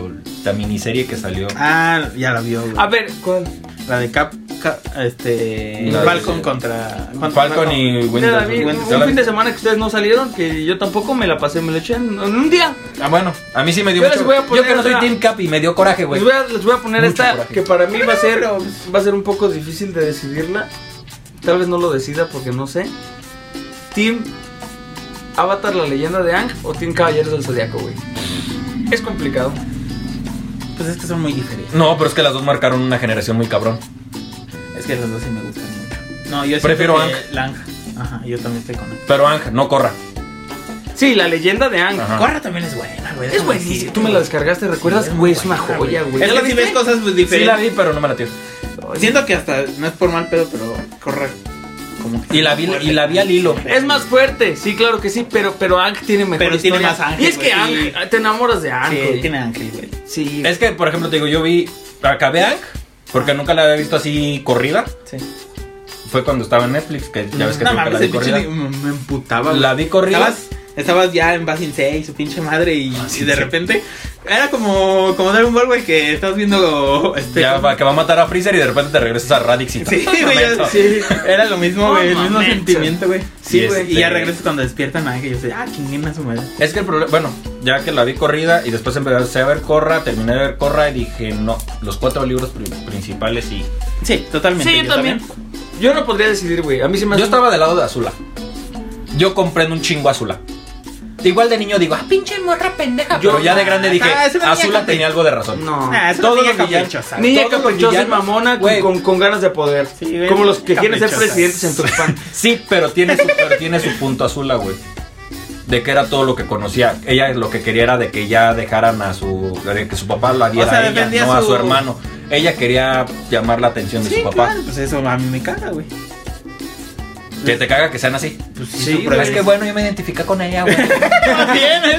la miniserie que salió.
Ah, ya la vio, güey.
A ver, ¿cuál?
La de Cap, Cap- este
La de-
Falcon contra contra-
Falcon y
Mira,
Winter
David,
Winter-
un fin de semana que ustedes no salieron, que yo tampoco me la pasé, me la eché en en un día.
Ah, bueno, a mí sí me dio
Yo les
mucho...
voy a poner
yo que no soy
otra-
Team Cap y me dio coraje, güey.
Les voy a, les voy a poner
Mucho
esta
coraje.
que para mí va a ser va a ser un poco difícil de decidirla. Tal vez no lo decida porque no sé. Team Avatar la leyenda de Ang o Team Caballeros del Zodiaco, güey. Es complicado.
Pues es que son muy diferentes.
No, pero es que las dos marcaron una generación muy cabrón.
Es que las dos sí me gustan mucho. No, yo siento
Prefiero
que
Ang.
la Ang. Ajá, yo también estoy con Ang.
Pero Ang, no corra.
Sí, la leyenda de Ang.
Ajá.
Corra también es buena, güey.
Es
déjame
buenísima.
decirte,
Tú me la descargaste, ¿recuerdas?
Sí, es
güey,
muy
es una
buena,
joya, güey.
Es
¿Ya la
que si
viste?
ves cosas pues,
Sí la
diferentes.
vi, pero no me la tiré.
Siento que hasta no es por mal pedo, pero corra como que
Y la vi,
fuerte.
y la vi al hilo.
Es más fuerte, sí, claro que sí, pero, pero Ang tiene mejor
Pero tiene
historia.
más ángel,
Y es que Ang,
güey.
te enamoras de Ang,
Sí,
güey.
tiene ángel, güey.
Sí.
Es que, por ejemplo, te digo, yo vi, acabé Ang, porque nunca la había visto así corrida.
Sí.
Fue cuando estaba en Netflix, que ya ves que
No
nunca
mames,
la vi
el pinche
corrida.
de- me me emputaba. güey.
La vi corrida. Ah,
Estabas, estabas ya en Basin 6, su pinche madre, y, y de repente era como, como Dragon Ball, güey, que estás viendo. Este,
Ya va, que va a matar a Freezer y de repente te regresas a Radix y
Sí, güey, ya- sí. Era lo mismo, güey, el mismo
Momento.
sentimiento, güey.
Sí, este,
Sí,
güey.
güey. Y ya regresas cuando despiertan a Ángel, yo sé, ah, chinguen a su madre.
Es que el problema, bueno, ya que la vi corrida y después empecé a ver Corra, terminé de ver Corra y dije, no, los cuatro libros pri- principales y...
Sí, totalmente.
Sí, yo también. Yo no podría decidir, güey. A mí se me hace
Yo estaba del lado de Azula. Yo comprendo un chingo a Azula. Igual de niño digo, ah,
Pinche morra pendeja.
Yo ya de grande dije,
Ah, es una niña
Azula
caprichosa.
tenía algo de razón.
No.
Nah, es una
Todos
niña
los villanos.
caprichosa.
Ni-
Niña
Ah, todos los
caprichosa y
villanos,
mamona con,
güey.
con, con ganas de poder.
Sí, ven,
como los que quieren ser
caprichosas.
presidentes en Tuxpan.
Sí, pero tiene su, pero tiene su punto Azula, güey. De que era todo lo que conocía. Ella lo que quería era de que ya dejaran a su. de que su papá la diera
O sea,
a ella,
defendía
no a
su-
su hermano. Ella quería llamar la atención de
Sí,
su papá.
claro, pues eso a mí me caga, güey.
Que te caga que sean así.
Pues
Sí,
sí,
güey,
es que bueno, yo me identifiqué con ella, güey.
También,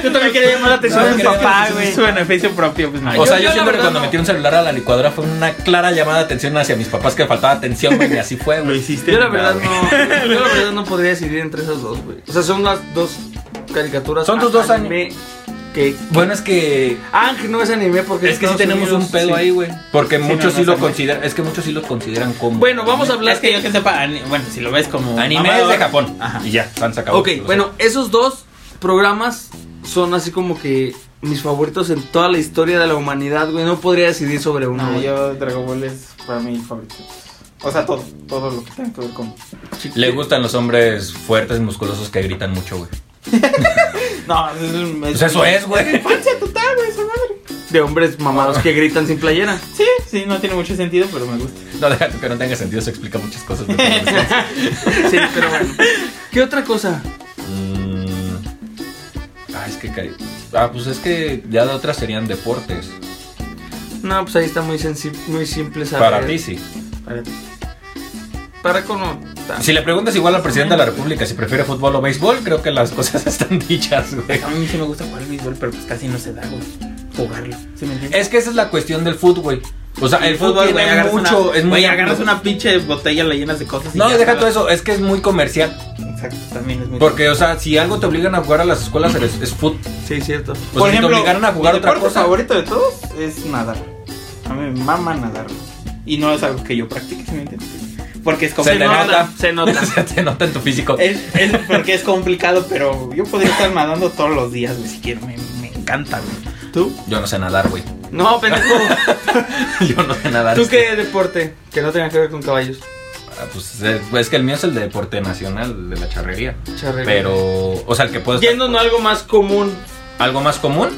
Yo también quería llamar la atención
de mi
papá, güey.
Su beneficio propio, pues no.
O sea, yo,
Ah, yo la
siempre
verdad
cuando
no.
metí un celular a la licuadora fue una clara llamada de atención hacia mis papás que faltaba atención, güey, y así fue,
lo
güey.
hiciste.
Yo la verdad
güey.
no. Yo la verdad no podría decidir entre esas dos, güey. O sea, son las dos caricaturas.
Son tus dos
anime que.
Bueno, es que.
Ángel no es anime porque.
Es que sí
Estados
tenemos
Unidos,
un pedo
sí.
ahí, güey. Porque
Sí, no,
muchos
no
sí
es
lo
anime.
consideran. Es que muchos sí lo consideran como.
Bueno, vamos a hablar.
Es que yo que sepa, ani- bueno, si lo ves como.
Anime
mamado,
es de Japón.
Ajá.
Y ya, se acabó.
Ok, bueno, esos dos programas son así como que mis favoritos en toda la historia de la humanidad, güey. No podría decidir sobre uno,
No,
güey.
yo Dragon Ball es para mí favorito. O sea, todo, todo lo que tenga que ver con.
Le gustan los hombres fuertes, musculosos que gritan mucho, güey.
No, es un.
Pues eso es, güey.
Infancia total, güey, esa madre.
De hombres mamados
Ah.
que gritan sin playera.
Sí, sí, no tiene mucho sentido, pero me gusta.
No, déjate que no tenga sentido, se explica muchas cosas. Mm, de cómo
Sí, pero bueno. ¿Qué otra cosa?
es. Mm. Ah, es que. cari- Ah, pues es que ya de otras serían deportes.
No, pues ahí está muy, sensi- muy simple saber.
Para ti sí.
Espérate.
Para cono. ta-
Si le preguntas igual al presidente de la República si prefiere fútbol o béisbol, creo que las cosas están dichas, güey.
A mí sí me gusta jugar al béisbol, pero pues casi no se da, güey. Jugarlo. ¿Sí me entiendes?
Es que esa es la cuestión del fútbol, güey. O sea, el fútbol,
tiene
güey, agarras mucho,
Una,
es muy
güey,
amplio.
agarras una pinche botella, la llenas de cosas. y
No,
ya,
deja todo
¿verdad?
eso, es que es muy comercial.
Exacto, también es muy.
Porque, o sea, si algo te obligan a jugar a las escuelas es, es fútbol.
Sí, cierto.
Pues si te obligaran a jugar
mi
otra
deporte
cosa.
favorito de todos es nadar. A mí me mama nadar. Y no es algo que yo practique, ¿sí me entiendes? Porque es
Se te
complicado.
nota.
Se nota.
Se te nota en tu físico.
Es, es porque es complicado, pero yo podría estar nadando todos los días, güey, si quiero. Me, me encanta, güey.
¿Tú?
Yo no sé nadar, güey.
No, pendejo.
Yo no sé nadar.
¿Tú
este.
qué deporte? Que no tenga que ver con caballos.
Ah, Pues eh, es que el mío es el de deporte nacional, de la charrería.
Charrería.
Pero, o sea, el que puedes.
Yéndonos a algo más común.
Algo más común.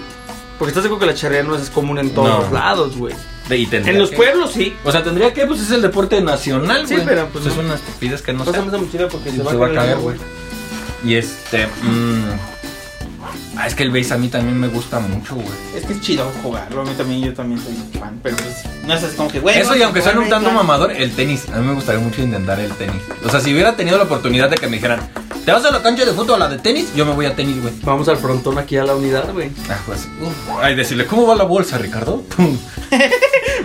Porque estás seguro que la charrería no es común en todos
No.
los lados, güey.
De, y tendría
En los
que-
pueblos sí.
O sea, tendría que, pues es el deporte nacional,
Sí,
güey.
pero, pues,
es
no.
una estupidez que no sé.
Pásame esa mochila porque
Sí,
se, va, a
caer,
caer, güey.
Y este. mm, ah, es que el base a mí también me gusta mucho, güey.
Es que es chido jugarlo. A mí también, yo también soy fan. Pero pues, no es así como que, güey.
Eso, y
vamos a
aunque
jugar
suene un tanto
béisbol.
mamador, el tenis. A mí me gustaría mucho intentar el tenis. O sea, si hubiera tenido la oportunidad de que me dijeran, ¿te vas a la cancha de fútbol a la de tenis? Yo me voy a tenis, güey.
Vamos al frontón aquí a la unidad, güey.
Ah, pues. uf. Ay, decirle, ¿cómo va la bolsa, Ricardo? Pum.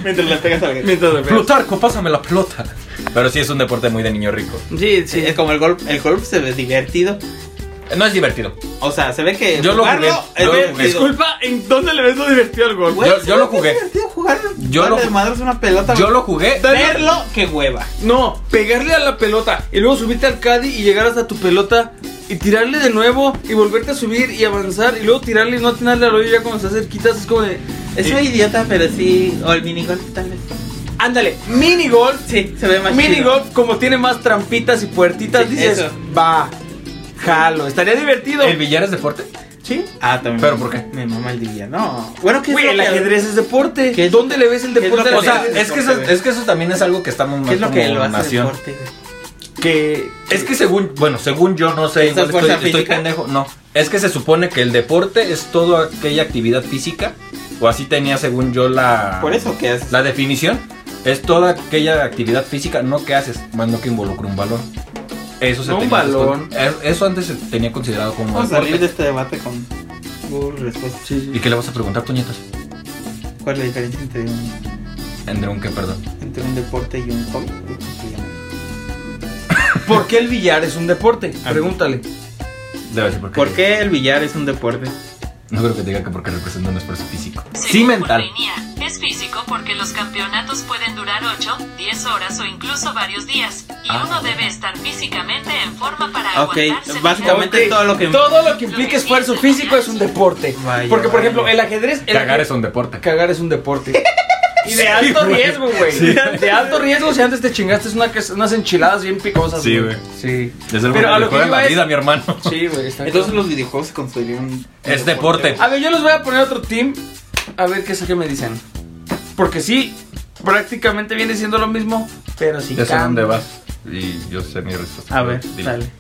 Mientras le pegas al
Mientras me pegas.
Plutarco, pásame la pelota. Pero sí es un deporte muy de niño rico.
Sí,
Sí,
sí.
es como el golf. El golf se ve divertido.
No es divertido.
O sea, se ve que.
Yo lo
jugarlo
jugué,
es
yo lo
divertido.
jugué.
Disculpa, ¿en dónde le ves lo divertido al gol?
Güey,
Yo-
se
yo
ve
lo
que es
jugué.
divertido jugarlo.
Yo
Darle
lo-
de madres una pelota.
Yo
güey.
lo jugué.
Verlo, qué hueva.
No, pegarle a la pelota y luego subirte al caddy y llegar hasta tu pelota y tirarle de nuevo y volverte a subir y avanzar y luego tirarle y no atinarle al hoyo ya cuando estás cerquitas es como de...
Es
eh,
muy idiota, pero sí. O el minigolf, tal vez.
ándale, mini golf.
Sí, se ve más
Mini
chido.
golf como tiene más trampitas y puertitas
Sí,
dices,
eso.
va, jalo, estaría divertido.
¿El billar es deporte?
Sí. Ah, también.
¿Pero por qué?
Me mama el día. No. Bueno, ¿qué es
Güey,
lo
el
que-
ajedrez es deporte.
¿Qué es-
¿Dónde le ves el
qué es lo
deporte? al
O sea,
ajedrez?
es que, eso, es que eso también es algo que estamos más
¿Qué es lo que
como
lo hace
nación.
deporte?
que
Es que según, bueno, según yo no sé,
¿Esa es
igual estoy,
fuerza
estoy
física?
pendejo. No, es que se supone que el deporte es toda aquella actividad física, o así tenía según yo la.
¿Por eso qué haces?
Ah. La definición es toda aquella actividad física, no que haces, más no que involucra un balón. Eso se
No un
tenía antes
balón.
con- er- Eso antes se tenía considerado como
Vamos a
deporte.
salir de este debate con Google respuesta.
sí,
¿Y
sí.
qué le vas a preguntar, Toñetas?
¿Cuál es la diferencia entre un,
Entre un qué, perdón.
entre un deporte y un hobby? ¿Cómo se llama?
¿Por qué el billar es un deporte?
Ah.
Pregúntale.
Debe ser porque.
¿Por qué el billar es un deporte?
No creo que te diga que porque representa un esfuerzo físico. Sí,
Según
mental.
Currinia, Es físico porque los campeonatos pueden durar 8, 10 horas o incluso varios días, y
Ah.
uno debe estar físicamente en forma para
Ok,
aguantarse.
básicamente
Ok,
todo lo que-
todo lo que implica esfuerzo físico es un deporte.
Vaya,
Porque por
vaya.
ejemplo, el ajedrez el
Cagar
ajedrez-
es un deporte.
cagar es un deporte. Y de alto
güey.
riesgo, güey.
Sí.
De alto riesgo, si antes te chingaste una que- unas enchiladas bien picosas.
Sí, güey.
Sí.
Es el
Pero a
mejor
lo que
juego de
iba
la
es-
vida, mi hermano.
Sí, güey. está
Entonces
cabrón.
los videojuegos se construyeron.
Es deporte.
A ver, yo les voy a poner otro team. A ver qué es lo que me dicen. Porque sí, prácticamente viene siendo lo mismo, pero sí
Ya sé dónde
cambia.
vas. Y yo sé mi respuesta.
A ver,
Dile.
dale.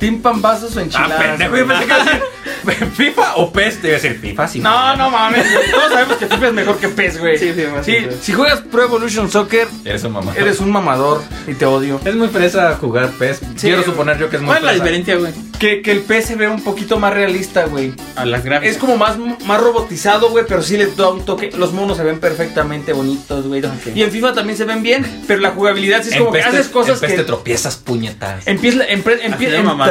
Team pambazos o
Ah,
enchiladas.
pendejo,
güey.
yo pensé que iba a decir FIFA o PES. Te iba a decir FIFA, sí.
No, no mames. güey. Todos sabemos que FIFA es mejor que PES, güey.
Sí, sí, más que PES.
si juegas Pro Evolution Soccer,
Eres un mamá.
eres un mamador y te odio.
Es muy fresa jugar PES. Quiero suponer yo que es muy
¿Cuál es la
fresa.
diferencia, güey?
Que, que el PS se vea un poquito más realista, güey.
A las gráficas.
Es como más, más robotizado, güey, pero sí le da un toque. Los monos se ven perfectamente bonitos, güey. Y en FIFA también se ven bien, pero la jugabilidad sí es
En
como que
PES te-
haces cosas
en PES te
que... Eh,
tropiezas puñetas.
En PES, le- en, pre- en,
Así
PES
de
en-
mamado.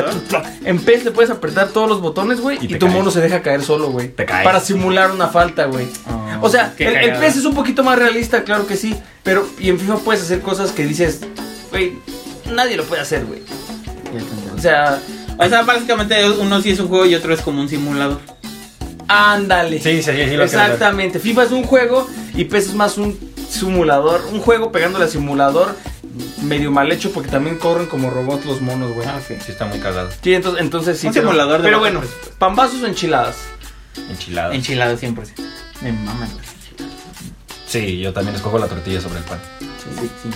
en PES le puedes apretar todos los botones, güey,
Y
y,
te
tu
caes.
mono se deja caer solo, güey.
Te caes.
Para simular una falta, güey.
Ah,
o sea,
qué
el, el
cagada.
PES es un poquito más realista, claro que sí, pero y en FIFA puedes hacer cosas que dices, güey, nadie lo puede hacer, güey. O sea,
O sea, básicamente uno sí es un juego y otro es como un simulador.
ándale.
Sí, sí, sí, sí. lo quiero
Exactamente. FIFA es un juego y PES es más un simulador. Un juego pegándole a simulador medio mal hecho porque también corren como robots los monos, güey.
Ah, sí.
ver. Sí, está muy cagado.
Sí, entonces, entonces sí.
Un
pero-
simulador de
Pero
bajo
bueno,
presupuesto.
pambazos o enchiladas.
Enchilada.
Enchilado 100%. Me maman las enchiladas.
Sí, yo también escojo la tortilla sobre el pan.
Sí, sí, sí.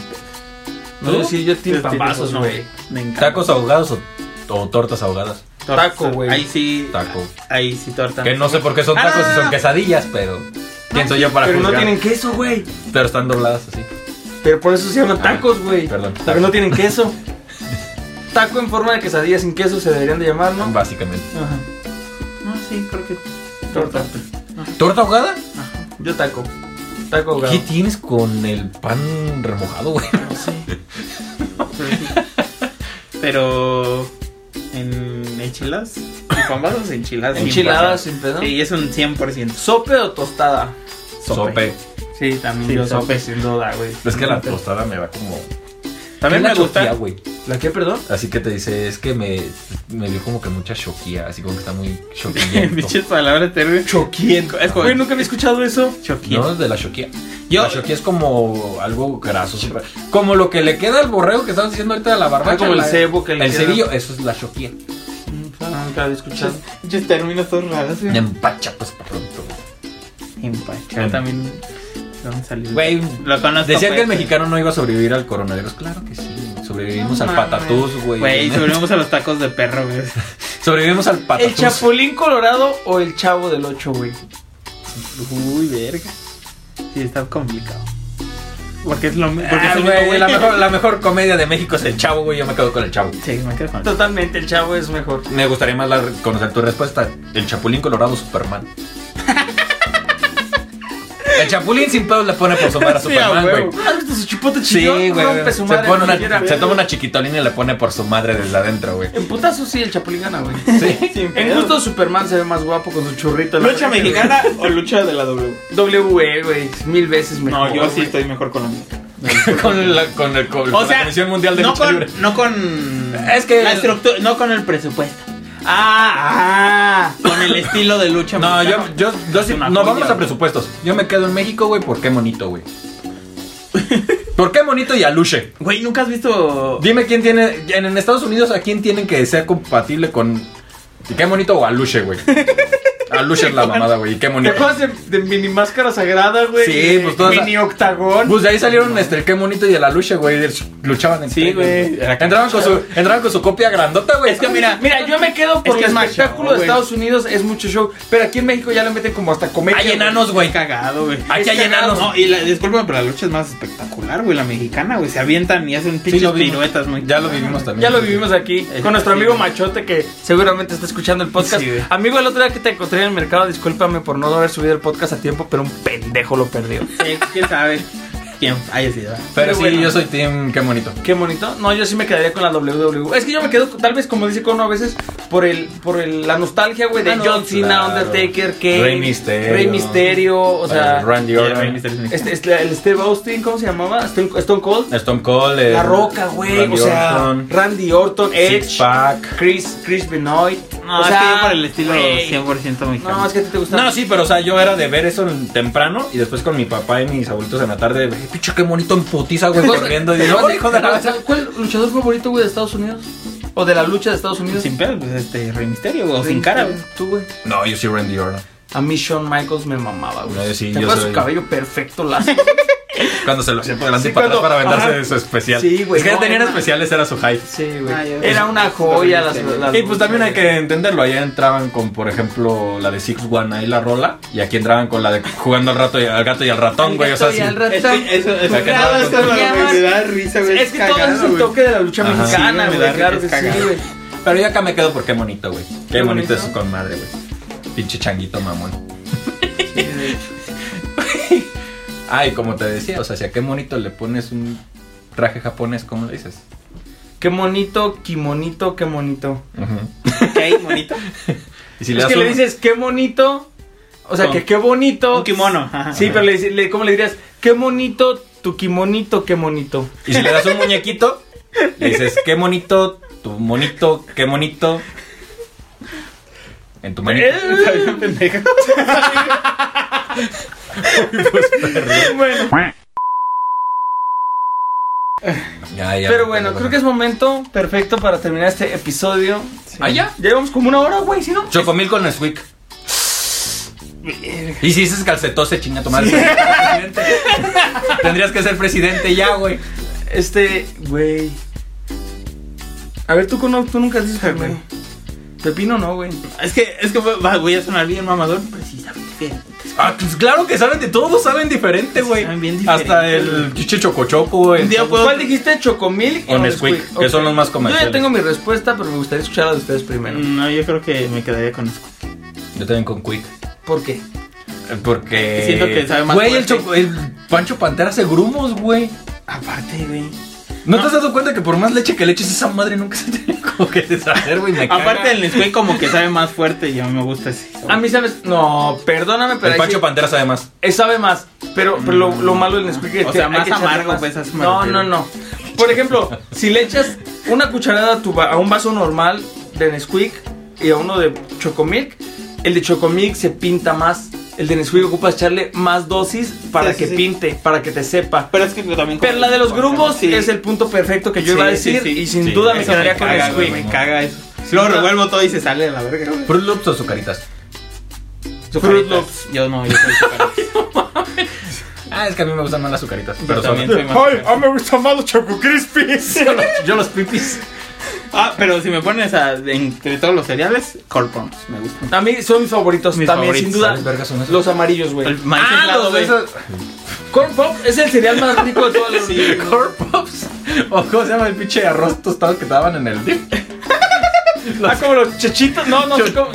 No sé si yo
Sí,
tengo pambazos,
no,
güey.
Me encanta.
¿Tacos ahogados o, o tortas ahogadas?
Taco, güey.
Ahí sí.
Taco.
Ahí sí, torta.
Que no sé por qué son tacos y son quesadillas, pero. Pienso yo para
Ah. Pero no
juzgar.
tienen queso, güey.
Pero están dobladas así.
Pero por eso se llaman tacos, güey.
perdón.
Pero no tienen queso. Taco en forma de quesadilla sin queso se deberían de llamar, ¿no?
Básicamente.
Ajá. No, sí, creo que.
Torta.
¿Torta ahogada?
Yo taco. Taco ahogado.
¿Qué tienes con el pan remojado, güey?
No sé. Pero. En enchiladas. En pambazos, enchiladas.
Enchiladas
100%.
sin pedo.
Sí, es un 100%.
Sope o tostada.
Sope.
Sí, también
Sí,
yo
sope.
sope, sin duda, güey.
Es que la tostada me va como.
También
¿Qué
me
es la choquía,
gusta.
güey.
¿La qué, perdón?
Así que te dice, es que me, me dio como que mucha choquía, así como que está muy
Bichas
choquillento.
palabras terribles.
Choquiento.
Es como-
Güey, nunca había escuchado eso.
Choquín.
¿No? De la choquía.
Yo-
La choquía es como algo grasoso. Como lo que le queda al borrego que estabas diciendo ahorita de la barbacha.
Ah, como el
la-
cebo que le
El
queda.
cerillo, eso es la choquía.
Nunca había escuchado.
Muchos términos todos raros,
Mm.
güey.
Empacha, pues pronto.
Empachado
Em.
también. ¿Dónde salió?
Güey,
lo conozco.
Decían que el
pues.
mexicano no iba a sobrevivir al coronavirus. Claro que sí. Sobrevivimos
No
al
mames.
patatús, güey.
Güey, sobrevivimos a los tacos de perro, güey.
Sobrevivimos al
¿El
patatús.
chapulín colorado o el chavo del 8, güey?
Uy, verga. Sí, está complicado. Porque es lo mismo. Porque
Ah,
es el mismo,
güey,
güey.
la, mejor, la mejor comedia de México es el chavo, güey. Yo me quedo con el chavo.
Sí, me quedo con
Totalmente, el chavo es mejor.
Me gustaría más la- conocer tu respuesta. El Chapulín Colorado Superman. El Chapulín sin pedos le pone por sombrar a Superman, güey.
¿Has visto su chipote
Sí,
chillón?
güey.
Rompe
Se,
su madre.
pone una-
siquiera.
se toma una chiquitolina y le pone por su madre desde adentro, güey.
En putazo sí, el chapulín gana, güey.
Sí.
En gusto Superman se ve más guapo con su churrito. en la
¿Lucha
frente,
mexicana o lucha de la W?
güey. WE, güey. Mil veces mejor.
No, yo sí
güey.
estoy mejor con la mexicana.
con la, con el- con la Comisión Mundial de
no
Lucha
con,
Libre.
no con
Es que-
la estructura, no con el presupuesto,
Ah, ah.
con el estilo de lucha.
No, yo,
mexicana.
yo, yo sí-
Es una
No,
joya,
vamos a
güey.
presupuestos. Yo me quedo en México, güey, por qué monito, güey. ¿Por qué monito y aluche?
Güey, ¿nunca has visto
Dime quién tiene. En, en Estados Unidos, ¿a quién tienen que sea compatible con. ¿Y qué monito o aluche, güey? Aluche es la mamada, güey. ¿Y qué
¿Te
monito?
acuerdas de, de mini máscara sagrada, güey?
Sí, pues todas-
Mini octagón.
Pues de ahí salieron este, el qué monito y el aluche, güey. Luchaban en
Sí, güey.
Entraban con, su, entraban con su copia grandota, güey.
Es que mira,
Mira, yo me quedo porque
que es
el
más show,
espectáculo de
güey.
Estados Unidos es mucho show, pero aquí en México ya le meten como hasta comedia.
hay
güey.
enanos, güey.
cagado, Pues, güey.
Aquí
Es
hay
cagado,
enanos.
No, y la, discúlpame, pero la lucha es más espectacular, güey, la mexicana, güey. Se avientan y hacen
Sí,
pinches
lo vimos.
piruetas muy
Ya lo vivimos también.
Ya lo vivimos aquí
Eh,
con nuestro
sí,
amigo
güey.
Machote que seguramente está escuchando el podcast.
Sí, güey.
amigo, el otro día que te encontré en el mercado, discúlpame por no haber subido el podcast a tiempo, pero un pendejo lo perdió.
Sí, quién sabe. quien haya sido.
Pero
Pero
sí,
bueno.
yo soy team, qué bonito.
Qué bonito. No, yo sí me quedaría con la WWE. Es que yo me quedo, tal vez como dice Cono a veces, por el, por el, la nostalgia, güey, de
Ah, no,
John Cena,
claro.
Undertaker, Kane,
Rey Mysterio.
Rey Mysterio, o sea,
Eh, Randy Orton.
este, este- el Steve Austin, ¿cómo se llamaba? Stone, Stone Cold.
Stone Cold. eh,
La Roca, güey, o
Randy
sea,
Orton,
Randy Orton, Edge,
Six Pack.
Chris, Chris Benoit.
No,
o
es
sea,
que yo por el estilo
güey.
100% mexicano.
No, es que a ti te gusta.
No, sí, pero o sea, yo era de ver eso en- temprano y después con mi papá y mis abuelitos en la tarde. "Ay, Picho, qué bonito en putiza, güey, corriendo. Y yo, "Ay, hijo de la-".
¿Cuál luchador favorito, güey, de Estados Unidos? ¿O de la lucha de Estados Unidos? Eh,
Sin pedo, pues este Rey Misterio, güey, o sin cara, güey.
Tú, güey.
No, yo soy Randy Orton.
A mí Shawn Michaels me mamaba, güey.
No, yo sí,
¿Te
yo
acuerdas
soy-
su cabello perfecto, lazo?
Cuando se lo hacía por delante
Sí,
y para
cuando-
atrás para venderse
ajá.
de su especial.
Sí, güey,
Es que
no,
ya tenían
no.
especiales, era su hype.
sí, güey.
Ah, yo-
Era una joya las, las-
Y pues también hay que entenderlo, allá entraban con, por ejemplo, la de Six One ahí la rola, y aquí entraban con la de jugando al rato y- al gato y al ratón, güey. O sea,
Y al
sí.
rato-
Es que eso, eso,
Saca
nada,
nada,
eso me-
nada.
me da risa, este güey.
Es que todo
cagado,
es el
güey.
toque de la lucha
Ajá.
mexicana,
Sí, me
güey.
da
claro
risa,
que
es
sí,
cagado.
güey.
Pero yo acá me quedo porque qué bonito, güey. Qué,
Qué
bonito,
bonito.
es con madre, güey. Pinche changuito mamón. Ay, como te decía, o sea, si a qué bonito le pones un traje japonés, ¿cómo le dices?
Qué bonito, qué bonito, qué bonito.
Que hay monito.
Y si
es que
un-
le dices, qué bonito. O sea,
Con-
que qué bonito.
Un kimono, ajá.
Sí, pero le, dices- le- ¿cómo le dirías? Qué bonito, tu kimonito, qué bonito.
Y si le das un muñequito, le dices, qué bonito, tu monito, qué bonito. En tu manito.
Está
Eh,
bien pendejo. bueno.
Ya, ya,
Pero bueno, creo que es momento perfecto para terminar este episodio.
Ah, ya.
Ya llevamos como una hora, güey, ¿sí no?
Chocomil con Nesquik. Y si dices calcetose, chinga tu madre. Presidente. Tendrías que ser presidente ya, güey.
Este, güey. A ver, tú, cono- tú nunca dices primero. Pepino no, güey.
Es que, es que va, voy a sonar bien mamador, pero sí saben qué.
Ah, pues claro que saben de todo, saben diferente, güey.
Saben bien diferente,
Hasta el
güey.
pinche chocochoco, güey.
Un día puedo-
¿Cuál dijiste? ¿Chocomil
O Nesquik, que
Ok.
son los más
Yo
comerciales.
ya tengo mi respuesta, pero me gustaría escuchar la de ustedes primero.
No, yo creo que me quedaría con eso.
Yo también con Quick.
¿Por qué?
Porque.
Siento que sabe más
Güey, el,
fuerte.
choco- el Pancho Pantera hace grumos, güey.
Aparte, güey.
¿No,
Ah.
te has dado cuenta que por más leche que le eches, esa madre nunca se tiene como que deshacer, güey? Me caga.
Aparte del Nesquik como que sabe más fuerte y a mí me gusta ese.
A mí, ¿sabes? No, perdóname, pero
El
ahí
Pancho
sí-
Pantera sabe más.
eh, sabe más. Pero, pero lo, lo malo del Nesquik es
Mm. O
que
sea,
hay
más
que echarle
amargo,
más.
pues, a eso me
No,
refiero.
no, no. Por ejemplo, si le echas una cucharada a, tu va- a un vaso normal de Nesquik y a uno de Chocomilk, el de Chocomilk se pinta más. El de Nesquik ocupas echarle más dosis
Sí,
para
sí,
que
sí.
pinte, para que te sepa.
Pero es que también.
Pero la de los grumos es el punto perfecto que yo iba a
Sí, sí,
decir
sí.
y sin
Sí,
duda me
eso
quedaría
me
con
caga,
el
güey,
Squeak.
Me caga eso. Luego
Sí,
revuelvo todo y se sale a la verga. güey.
Fruit Loops o Zucaritas.
Fruit
Zucaritas.
Loops.
Yo no, yo soy Zucaritas.
Ah, es que a mí me gustan más las Zucaritas. Pero son-
también soy más.
a mí me gusta más los Choco Crispies.
Yo los pipis.
Ah, pero si me pones a, entre todos los cereales, corpons. Me gustan.
A mí son mis favoritos
Mis
también,
favoritos.
sin duda.
¿Sabes, vergas, son esos?
Los amarillos, güey.
El maíz
Ah,
inflado,
los de
güey.
esos-
Corn Pop es el cereal más rico de todos los
Sí,
Corn Pops. O cómo se llama el pinche arroz tostado que daban en el dip.
Ah, como los chechitos. No, no,
Cho-
sí, como-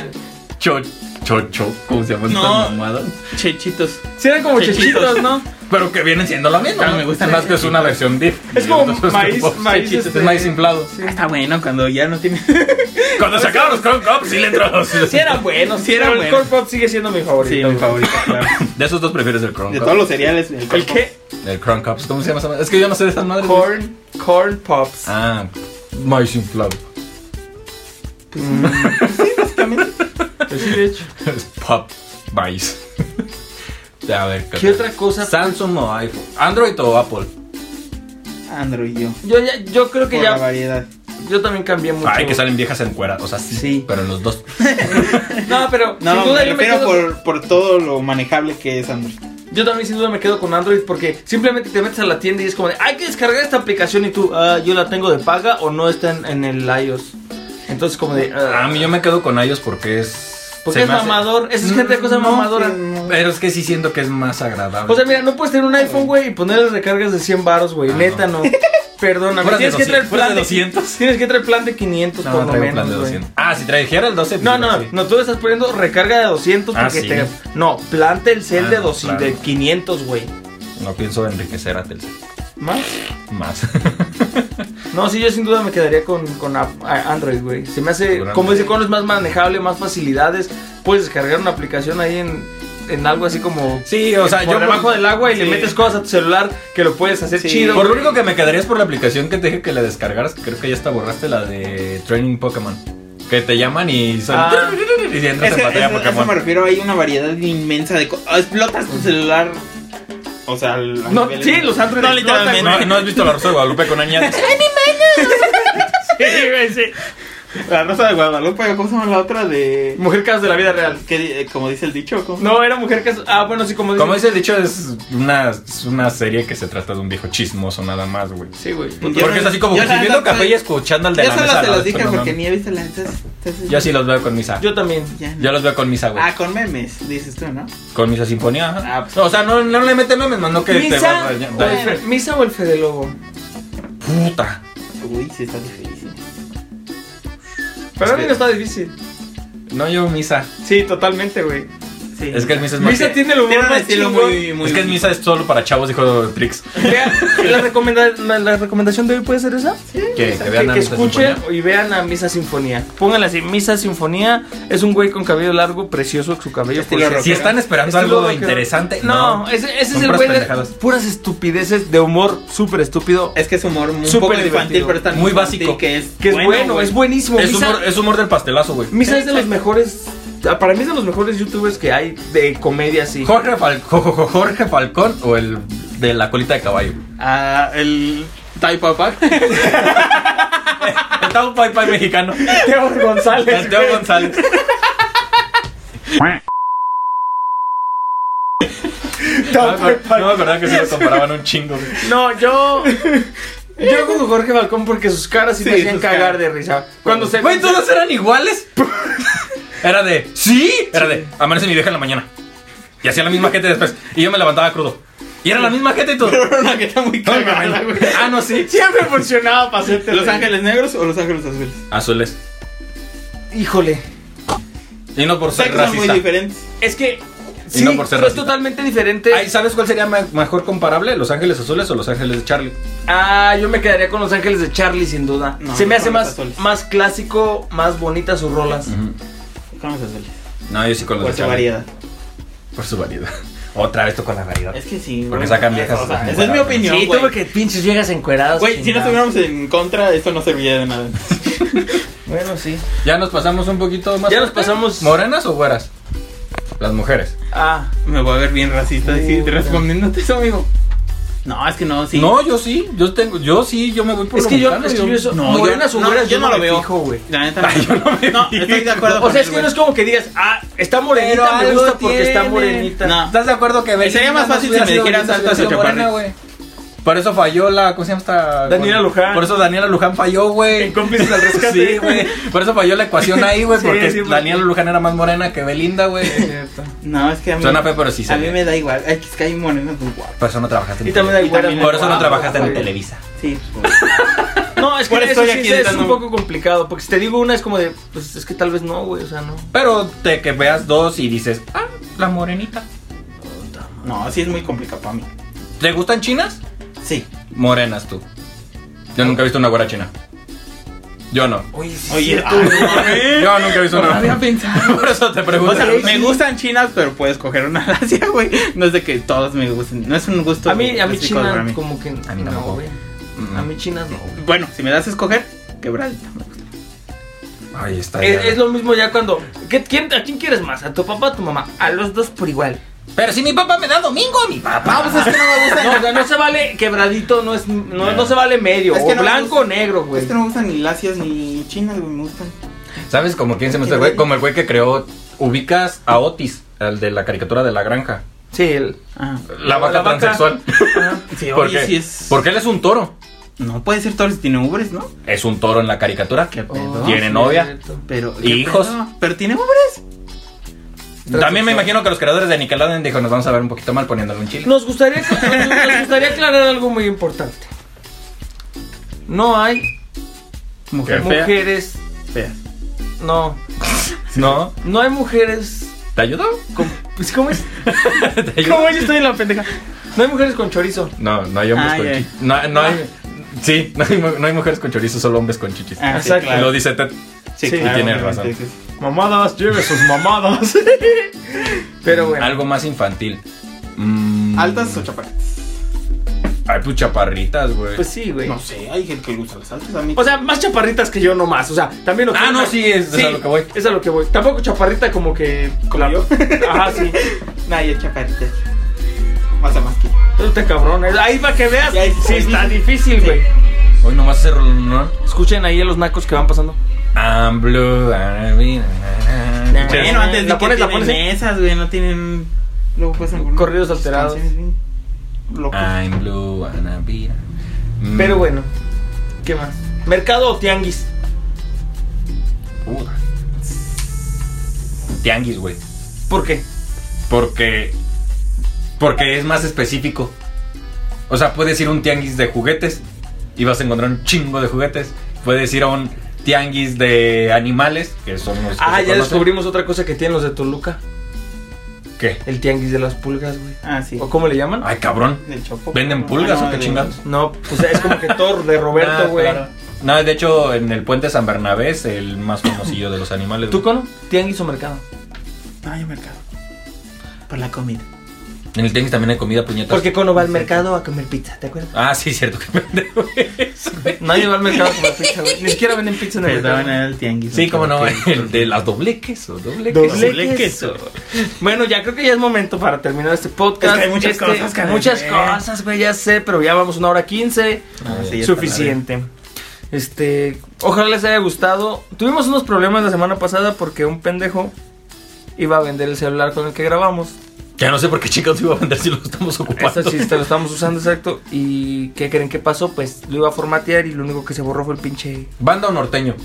Cho, cho, cho. ¿Cómo se llama este esta
No.
mamada?
Chechitos.
sí eran como
Chechitos.
chechitos, ¿no?
Pero que vienen siendo lo mismo.
Pero
¿no?
me gustan
más
los
que es una versión dip.
Es
Y
como
entonces
maíz,
Corn Pops.
maíz,
este Es
este-
maíz inflado.
Ah, Está bueno cuando ya no tiene.
Cuando sacaron los Corn Pops, sí le entró.
Sí eran buenos,
Sí eran
pero
buenos.
El Corn Pop sigue siendo mi
sí,
favorito.
mi
güey.
favorito, claro.
De esos dos prefieres el Corn
De
Pop.
todos los cereales, el
¿El
corpón.
qué?
El Crown Cups, ¿cómo se llama esa madre? Es que yo no sé de esas madres. güey.
Corn, corn Pops.
Ah, maíz inflado.
Sí, de hecho.
Es pop maíz. Ya, a ver.
¿Qué otra cosa?
Samsung o iPhone. Android o Apple.
Android y yo.
Yo, ya- yo creo que
Por la
ya.
variedad.
Yo también cambié mucho.
Ay, que salen viejas en cuera. O sea, sí.
Sí.
Pero los dos.
No, pero
No,
sin duda
me
yo me
refiero
quedo-
por, por todo lo manejable que es Android.
Yo también sin duda me quedo con Android porque simplemente te metes a la tienda y es como de, hay que descargar esta aplicación y tú, "Ah, yo la tengo de paga o no está en, en el iOS. Entonces como de, "Ah".
A mí yo me quedo con iOS porque es.
porque
se
es
me hace-
mamador, esa es gente de cosa
No,
mamadora.
Pero es que sí siento que es más agradable.
O sea, mira, no puedes tener un iPhone, güey, y ponerle recargas de 100 baros, güey, neta no. Perdóname,
Fueras
tienes
Ah, de
que traer
200, fueras
plan
de
de
200.
Tienes que traer plan de 500
no,
pues, por lo
traigo plan de
menos, güey.
200. Ah, si trajera el 12. pues
No, no,
sí.
no, tú le estás poniendo recarga de 200
Ah,
porque
sí.
te... No, plante el cel
Ah,
de,
no,
200, de
claro.
500, güey.
No pienso enriquecer a Telcel.
¿Más?
Más.
No, sí, yo sin duda me quedaría con, con a- a- Android, güey. Se me hace,
Seguramente.
como dice Cono, es más manejable, más facilidades. Puedes descargar una aplicación ahí en, en algo así como.
Sí, o sea,
por
yo
debajo
por-
del agua y le
sí.
metes cosas a tu celular que lo puedes hacer
Sí.
chido.
Por lo
güey.
único que me quedaría es por la aplicación que te dije que la descargaras, que creo que ya hasta borraste la de Training Pokémon. Que te llaman y son
Ah.
y entras
Es que-
en batalla
eso- eso
Pokémon.
me refiero, hay una variedad inmensa de cosas. Explotas tu celular. O sea, al- a
No,
niveles-
sí, los Android
No,
explotan,
literalmente.
¿No, ¿No has visto la Rosa de Guadalupe con Añades?
Sí, güey, sí.
La Rosa de Guadalupe, ¿cómo se llama la otra? De.
Mujer casos de la vida real.
¿Qué di- eh, como dice el dicho, ¿cómo?
No, era mujer casos. Ah, bueno, sí, como dice.
Como dice el dicho, es una, es una serie que se trata de un viejo chismoso nada más, güey.
Sí, güey.
Yo
Pues, Porque
no-
es así como
yo
que
la
si viendo
verdad
café
soy-
y escuchando al de
Yo
la
solo
mesa.
se
la
los dije
persona,
porque
¿no?
ni he visto la entonces. entonces-
Yo sí los veo con misa. Yo,
Yo también.
ya no.
los veo con misa, güey.
Ah, con memes, dices tú, ¿no?
Con misa sinfonía, ajá.
Ah, pues.
O sea, no, no le mete memes, más no que te
¿Misa,
va
o el Fe- ¿Misa o el Fede Lobo?
Puta.
Uy, sí está difícil.
Pero a mí
que-
no está difícil.
No, yo misa.
Sí, totalmente, güey.
Sí.
Es que el misa es más.
Misa tiene el humor
Tiene un
más
estilo
chingón.
muy, muy.
es que el misa es solo para chavos, dijo Trix.
Vea, la, recomenda- la- la recomendación de hoy puede ser esa.
Que, que
Que,
vean la
que
misa
escuchen
sinfonía.
y vean a Misa Sinfonía. Pónganla así, Misa Sinfonía. Es un güey con cabello largo, precioso, su cabello
Estilo
por cierto.
Si están esperando
Estilo
algo
rockero.
interesante.
No, ese, ese
Son
es el
puras
güey de
pendejadas.
puras estupideces de humor súper estúpido.
Es que es humor un
Súper
poco infantil,
divertido.
pero es tan
Muy
infantil
básico.
Que es,
que es bueno,
güey.
es buenísimo.
Es
Misa,
humor, es humor del pastelazo, güey.
Misa es de los mejores. Para mí es de los mejores youtubers que hay de comedia así.
Jorge, Fal- Jo- Jo- Jo- Jorge Falcón o el de la colita de caballo.
Ah, el. Type Papá.
El Tao Pai Pai mexicano.
Teo González.
El Teo
güey.
González. No, me acuerdo- no me acordaba que se lo comparaban un chingo. güey.
No, yo. Yo con Jorge Balcón porque sus caras sí,
Sí,
me hacían
sus
cagar
caras.
de risa. Cuando se.
Güey, todos eran iguales. Era de, ¿sí? Era de, amanece mi vieja en la mañana. Y hacía la misma gente después. Y yo me levantaba crudo. Y era la misma gente y todo.
Pero una que está muy
No,
cagada, güey.
Ah, no, sí.
Siempre funcionaba para hacerte.
¿Los
reír.
Ángeles Negros o Los Ángeles Azules?
Azules.
Híjole.
Y no por
O sea,
ser
que son muy
racista.
diferentes.
Es que.
Y
Sí,
no por ser
es
racista.
totalmente diferente.
Ay, ¿Sabes cuál sería me- mejor comparable? ¿Los Ángeles Azules o Los Ángeles de Charlie?
Ah, yo me quedaría con Los Ángeles de Charlie, sin duda.
No,
se me
yo
hace
con los
más,
azules.
más clásico, más bonita sus rolas.
Con los azules.
No, yo sí con los
Por
de
su
Charlie.
variedad.
Por su variedad. Otra vez con la variedad.
Es que sí.
Porque
güey.
sacan viejas.
O sea, esa es mi opinión.
Sí,
güey.
tú porque pinches viejas encueradas.
Güey, si no
chingadas.
estuviéramos en contra, esto no serviría de nada.
Bueno, sí.
Ya nos pasamos un poquito más.
Ya nos
fuerte.
pasamos-
¿Morenas o güeras? Las mujeres.
Ah,
Me voy a ver bien racista sí, respondiéndote eso, amigo. No, es que no, sí.
No, yo sí. Yo tengo. Yo sí, yo me voy por
es
lo
que yo,
mexicano,
es que yo eso.
No, yo-
morenas o
no,
güeras,
yo no lo
me
veo.
fijo, güey.
La neta, no. No, estoy de acuerdo. con
O sea, es
él,
que
güey.
no es como que digas, ah, está morenita,
Pero
me
algo
gusta porque está
tiene.
morenita.
No.
¿Estás de acuerdo que Belinda
Sería más
no
fácil
hubiera
si me
sido
dijeras
Belinda,
altas
si
o
hubiera sido morena,
chaparritas.
güey. Por eso falló la. ¿Cómo se llama esta?
Daniela Luján.
Por eso Daniela Luján falló, güey.
En cómplices al rescate.
Sí, güey. Por eso falló la ecuación ahí, güey.
Sí,
Porque
sí, porque-
Daniela Luján era más morena que Belinda, güey.
No, es que a mí.
Suena feo, pero sí se
A mí
ve.
me da igual. Ay, Es que hay morenos muy guapos.
Por eso no trabajaste en
Y también hay
Televisa.
güeras
Por eso no
guapas,
trabajaste en
güey.
Televisa.
Sí, pues.
No, es que
Por
eso
eso
sí
aquí
es
entrando-
un poco complicado. Porque si te digo una es como de, pues es que tal vez no, güey, o sea, no.
Pero te que veas dos y dices, ah, la morenita.
No, sí es muy complicado para mí.
¿Te gustan chinas?
Sí.
Morenas tú. Yo nunca he visto una güera china. Yo no.
Oye, sí.
Oye,
ah. Yo nunca he visto una.
pensado.
Por eso te pregunto.
O sea, me gustan chinas, pero puedes coger una al Asia, güey. No es de que todas me gusten. No es un gusto.
a mí, a mí
específico para
chinas
mí.
como que
A mí
no,
tampoco.
güey.
Mm.
A mí chinas no, güey.
Bueno, si me das a escoger, quebradita.
Ahí está.
Es,
ya.
es lo mismo ya cuando. ¿qué- quién, ¿A quién quieres más? ¿A tu papá o a tu mamá? A los dos por igual.
Pero si mi papá me da domingo, mi papá. pues, es que no me gusta.
No, o sea, no se vale quebradito, no es no, no se vale medio.
Es que
o
no me
blanco
gusta-
o negro, güey.
Es que no me gustan ni lacias ni chinas, güey. Me gustan.
¿Sabes como quién se me está, güey? Como el güey que creó. Ubicas a Otis, el de la caricatura de la granja.
Sí, el.
Ah.
La vaca
La vaca.
transexual.
Sí,
¿Por
oye,
qué?
sí es-
Porque él es un toro.
No puede ser todos tiene ubres, ¿no?
Es un toro en la caricatura.
Qué
Oh,
pedo.
¿Tiene
sí,
novia?
es cierto.
Pero.
¿Y
¿qué
hijos?
pedo? Pero tiene ubres.
También me imagino que los creadores de Nickelodeon dijo, nos vamos a ver un poquito mal poniéndole un chile.
Nos gustaría, nos gustaría aclarar algo muy importante. No hay
Mujer fea.
mujeres.
Feas.
No.
¿No?
No hay mujeres
¿Te ayudó?
con Pues, ¿cómo es?
¿Te ayudo?
¿Cómo yo estoy en la pendeja?
No hay mujeres con chorizo.
No, no hay hombres
Ah,
con
ya.
chichis. No, no hay. Sí, no hay, mu- no hay mujeres con chorizo, solo hombres con chichis.
Ah,
Exacto.
claro.
Lo dice Ted.
Sí,
tiene
obviamente,
razón.
sí.
Mamadas, lleve sus mamadas. Pero bueno.
Algo más infantil. Mm,
¿Altas o chaparritas?
Ay, pues chaparritas, güey.
Pues sí, güey.
No sé, hay gente que le gusta las altas a mí.
O sea, más chaparritas que yo nomás. O sea, también lo que.
ah, no, sí, es, es a lo que voy.
Es a lo que voy. Tampoco chaparrita como que.
Como yo.
Ajá, sí.
no, yo chaparrita. Más a más que yo.
Eso te cabrón. Ahí va que veas.
Ya,
Sí,
sí.
está difícil,
Sí.
güey.
Hoy nomás hacer ¿no?
Escuchen ahí a los nacos que van pasando.
I'm blue. I'm blue.
Bueno, antes de
¿La
que
pones, la
tienen
pones?
esas, güey, no tienen... Luego pues algunas
Corridos alterados.
canciones bien Locos.
I'm blue. I'm blue. Mm,
Pero bueno. ¿Qué más? ¿Mercado o tianguis?
puta. Tianguis, güey.
¿Por qué?
Pues, Porque. Porque es más específico. O sea, puedes ir a un tianguis de juguetes y vas a encontrar un chingo de juguetes. Puedes ir a un tianguis de animales, que son los. que
Ah,
se
ya
conocen.
descubrimos otra cosa que tienen los de Toluca.
¿Qué?
El tianguis de las pulgas, güey.
Ah, sí.
¿O cómo le llaman?
Ay, cabrón.
Del Chopo.
¿Venden pulgas o qué
de-
chingados?
No, pues es como que Thor de
Ah,
Roberto, güey.
claro. No, de hecho, en el puente San Bernabé es el más famosillo de los animales.
¿Tú
güey.
cono? ¿Tianguis o mercado?
No, yo mercado. Por la comida.
En el tianguis también hay comida puñetas.
Porque Cono va al mercado a comer pizza, ¿te acuerdas?
Ah, sí, cierto. Qué pendejo es, güey.
Nadie va al mercado a comer pizza, güey. Ni siquiera venden pizza en el
Perdón,
mercado.
el tianguis.
Sí, cómo no, eh.
Ok.
el de las doble queso, doble
Doble
queso.
queso. Bueno, ya creo que ya es momento para terminar este podcast.
Es que hay muchas
Este,
cosas, caray.
Muchas cosas, güey, ya sé, pero ya vamos una hora quince.
Ah, sí, ya está
Suficiente. Este, ojalá les haya gustado. Tuvimos unos problemas la semana pasada porque un pendejo iba a vender el celular con el que grabamos.
Ya no sé por qué chingados iba a vender si lo estamos ocupando.
Esta sí te lo estamos usando exacto. ¿Y qué creen que pasó? Pues lo iba a formatear y lo único que se borró fue el pinche
¿Banda o norteño?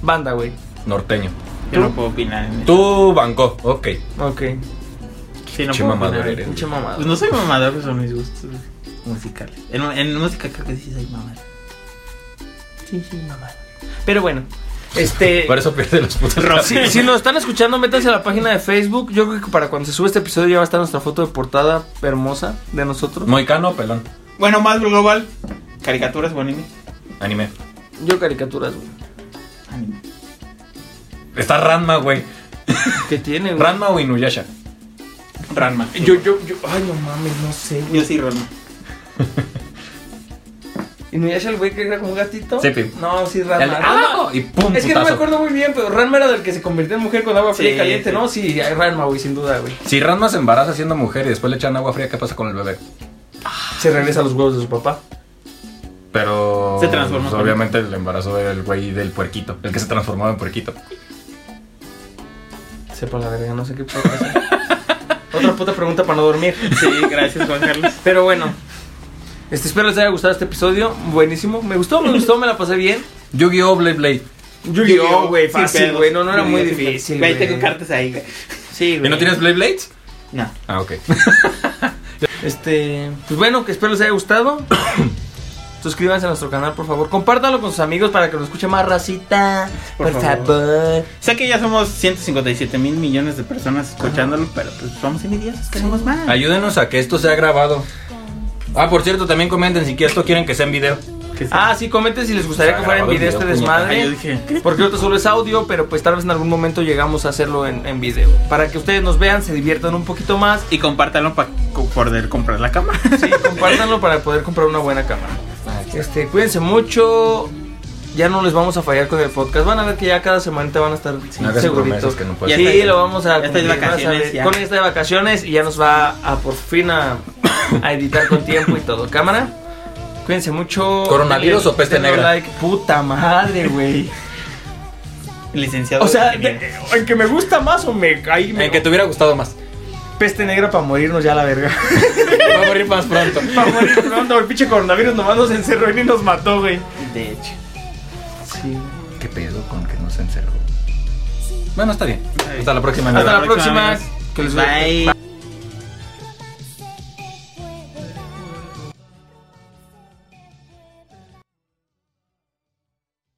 banda, güey.
Norteño.
la- Yo no puedo opinar en eso.
Tú, Banco, ok.
Ok.
Sí, no
Che
puedo
mamador
opinar.
eres.
Pinche mamada.
Pues no soy mamador, pues son mis gustos musicales. En, en música creo que sí soy mamador.
Sí, sí, mamada. Pero bueno, este.
Por eso pierde los putos
Si, si nos están escuchando, métanse a la página de Facebook. Yo creo que para cuando se sube este episodio ya va a estar nuestra foto de portada hermosa de nosotros.
Moicano, pelón.
Bueno, más global. Caricaturas o anime.
Anime.
Yo caricaturas, güey.
Anime.
Está Ranma, güey.
¿Qué tiene, güey?
Ranma o Inuyasha.
Ranma.
Yo, yo, yo. Ay, no mames, no sé, güey.
Yo sí, Ranma.
¿Y no el güey que era como un gatito?
Sí, pi.
No, sí, Ranma.
El de
Ranma-
Ranma ¡Ah, y pum,
Es que no me
putazo.
acuerdo muy bien, pero Ranma era del que se convirtió en mujer con agua fría y
Sí,
caliente,
sí.
¿no? Sí, hay Ranma, güey, sin duda, güey.
Si Ranma se embaraza siendo mujer y después le echan agua fría, ¿qué pasa con el bebé?
Se regresa a los huevos de su papá.
Pero.
Se transforma.
pues, obviamente el embarazo del güey del puerquito. El que se transformaba en puerquito.
Sepa la verga, no sé qué puede pasar. Otra puta pregunta para no dormir.
Sí, gracias, Juan Carlos.
Pero bueno. Este, espero les haya gustado este episodio. Buenísimo. Me gustó, me gustó, me la pasé bien.
Yu-Gi-Oh! Blade Blade.
Yu-Gi-Oh, güey,
Sin
fácil,
pedos.
güey. No, no era
Sí,
muy
sí,
difícil,
Güey,
güey.
tengo cartas ahí, güey.
Sí, güey.
¿Y no tienes Blade Blades?
No.
Ah, ok.
Este, pues bueno, que espero les haya gustado. Suscríbanse a nuestro canal, por favor. Compártanlo con sus amigos para que lo escuche más racita. Por,
Por
favor.
favor. Sé que ya somos 157 mil millones de personas escuchándolo, pero pues vamos envidiosos, queremos más.
Ayúdenos a que esto sea grabado. Ah, por cierto, también comenten si esto quieren que sea en video.
Que sí.
Ah, sí, comenten si les gustaría que fuera en video este
Ah, yo
desmadre.
dije,
Porque ahorita solo es audio, pero pues tal vez en algún momento llegamos a hacerlo en, en video. Para que ustedes nos vean, se diviertan un poquito más.
Y compártanlo para poder comprar la cámara.
Sí, compártanlo para poder comprar una buena cámara. Este, cuídense mucho. Ya no les vamos a fallar con el podcast. Van a ver que ya cada semanita van a estar
hagas
seguritos.
promesas que no
sí,
puedes.
Ya está-
lo vamos a
ya está de
cumplir, vas a
vacaciones,
ver.
ya.
con esta de vacaciones y ya nos va a por fin a, a editar con tiempo y todo. Cámara. Cuídense mucho.
¿Coronavirus
Denle-
o peste
denle
negra?
like. Puta madre, güey.
Licenciado.
O sea,
ingeniero.
de- en que me gusta más o me ahí me-
En Eh, que te hubiera gustado más.
peste negra para morirnos ya la verga.
Va a morir más pronto.
para morir pronto, el pinche coronavirus nomás nos encerró y nos mató, güey.
de hecho.
Sí.
¿Qué pedo con que no se encerró? Bueno, está bien. Hasta la próxima.
Hasta
Navidad.
la próxima.
amigos.
Que les vaya-
Bye.